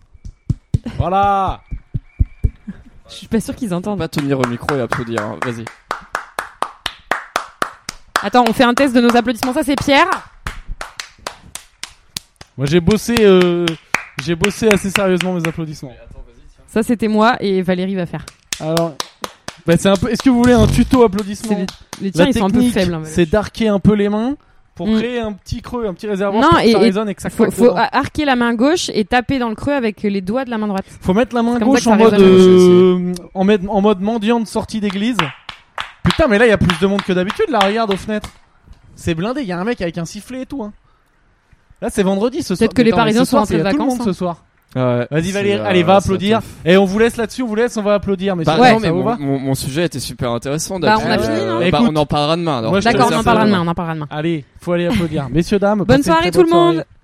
[SPEAKER 1] Voilà.
[SPEAKER 2] Je suis pas sûr qu'ils
[SPEAKER 3] On
[SPEAKER 2] entendent.
[SPEAKER 3] va tenir au micro et applaudir. hein. Vas-y.
[SPEAKER 2] Attends, on fait un test de nos applaudissements. Ça, c'est Pierre.
[SPEAKER 1] Moi j'ai bossé, euh, j'ai bossé assez sérieusement mes applaudissements.
[SPEAKER 2] Ça, c'était moi et Valérie va faire.
[SPEAKER 1] Alors, bah, c'est un peu. Est-ce que vous voulez un tuto
[SPEAKER 2] C'est
[SPEAKER 1] applaudissement
[SPEAKER 2] les, les tiens,
[SPEAKER 1] La
[SPEAKER 2] ils sont un peu
[SPEAKER 1] technique,
[SPEAKER 2] faibles. hein, Valérie.
[SPEAKER 1] C'est d'arquer un peu les mains pour
[SPEAKER 2] Mm.
[SPEAKER 1] créer un petit creux, un petit réservoir
[SPEAKER 2] Non,
[SPEAKER 1] pour que
[SPEAKER 2] et-
[SPEAKER 1] ça
[SPEAKER 2] et
[SPEAKER 1] résonne et que ça
[SPEAKER 2] faut,
[SPEAKER 1] claque
[SPEAKER 2] faut ah.
[SPEAKER 1] dedans.
[SPEAKER 2] arquer la main gauche et taper dans le creux avec les doigts de la main droite.
[SPEAKER 1] Faut mettre la main
[SPEAKER 2] C'est comme
[SPEAKER 1] gauche
[SPEAKER 2] ça
[SPEAKER 1] en
[SPEAKER 2] que ça
[SPEAKER 1] mode,
[SPEAKER 2] résonne.
[SPEAKER 1] euh, en, mode- en mode mendiant de sortie d'église. Putain, mais là, il y a plus de monde que d'habitude. Là, regarde aux fenêtres. C'est blindé. Il y a un mec avec un sifflet et tout. hein. Là, c'est vendredi ce soir.
[SPEAKER 2] Peut-être que les
[SPEAKER 1] Putain, mais
[SPEAKER 2] Parisiens
[SPEAKER 1] ce soir,
[SPEAKER 2] sont en
[SPEAKER 1] c'est- il y a
[SPEAKER 2] train de
[SPEAKER 1] tout le
[SPEAKER 2] vacances, hein.
[SPEAKER 1] monde ce soir. Vas-y,
[SPEAKER 3] C'est,
[SPEAKER 1] Valérie.
[SPEAKER 3] euh,
[SPEAKER 1] Allez, va
[SPEAKER 3] ça
[SPEAKER 1] applaudir.
[SPEAKER 3] te-
[SPEAKER 1] Et on vous laisse là-dessus. On vous laisse. On va applaudir. Mais
[SPEAKER 3] Bah,
[SPEAKER 2] Ouais.
[SPEAKER 3] non, mais
[SPEAKER 1] ça vous
[SPEAKER 3] mon,
[SPEAKER 1] va
[SPEAKER 3] mon- mon sujet était super intéressant.
[SPEAKER 2] Bah,
[SPEAKER 3] d'habitude.
[SPEAKER 1] on a fini,
[SPEAKER 3] Euh,
[SPEAKER 1] non
[SPEAKER 3] bah, on
[SPEAKER 1] Écoute.
[SPEAKER 3] en parlera demain. alors.
[SPEAKER 1] Moi, je te
[SPEAKER 2] D'accord, on en
[SPEAKER 1] laisse
[SPEAKER 2] parlera
[SPEAKER 1] à-
[SPEAKER 2] demain. On en parlera demain.
[SPEAKER 1] Allez, faut aller applaudir. Messieurs, dames.
[SPEAKER 2] Bonne
[SPEAKER 1] passez une
[SPEAKER 2] soirée,
[SPEAKER 1] très
[SPEAKER 2] tout
[SPEAKER 1] bonne
[SPEAKER 2] le monde.
[SPEAKER 1] soirée. À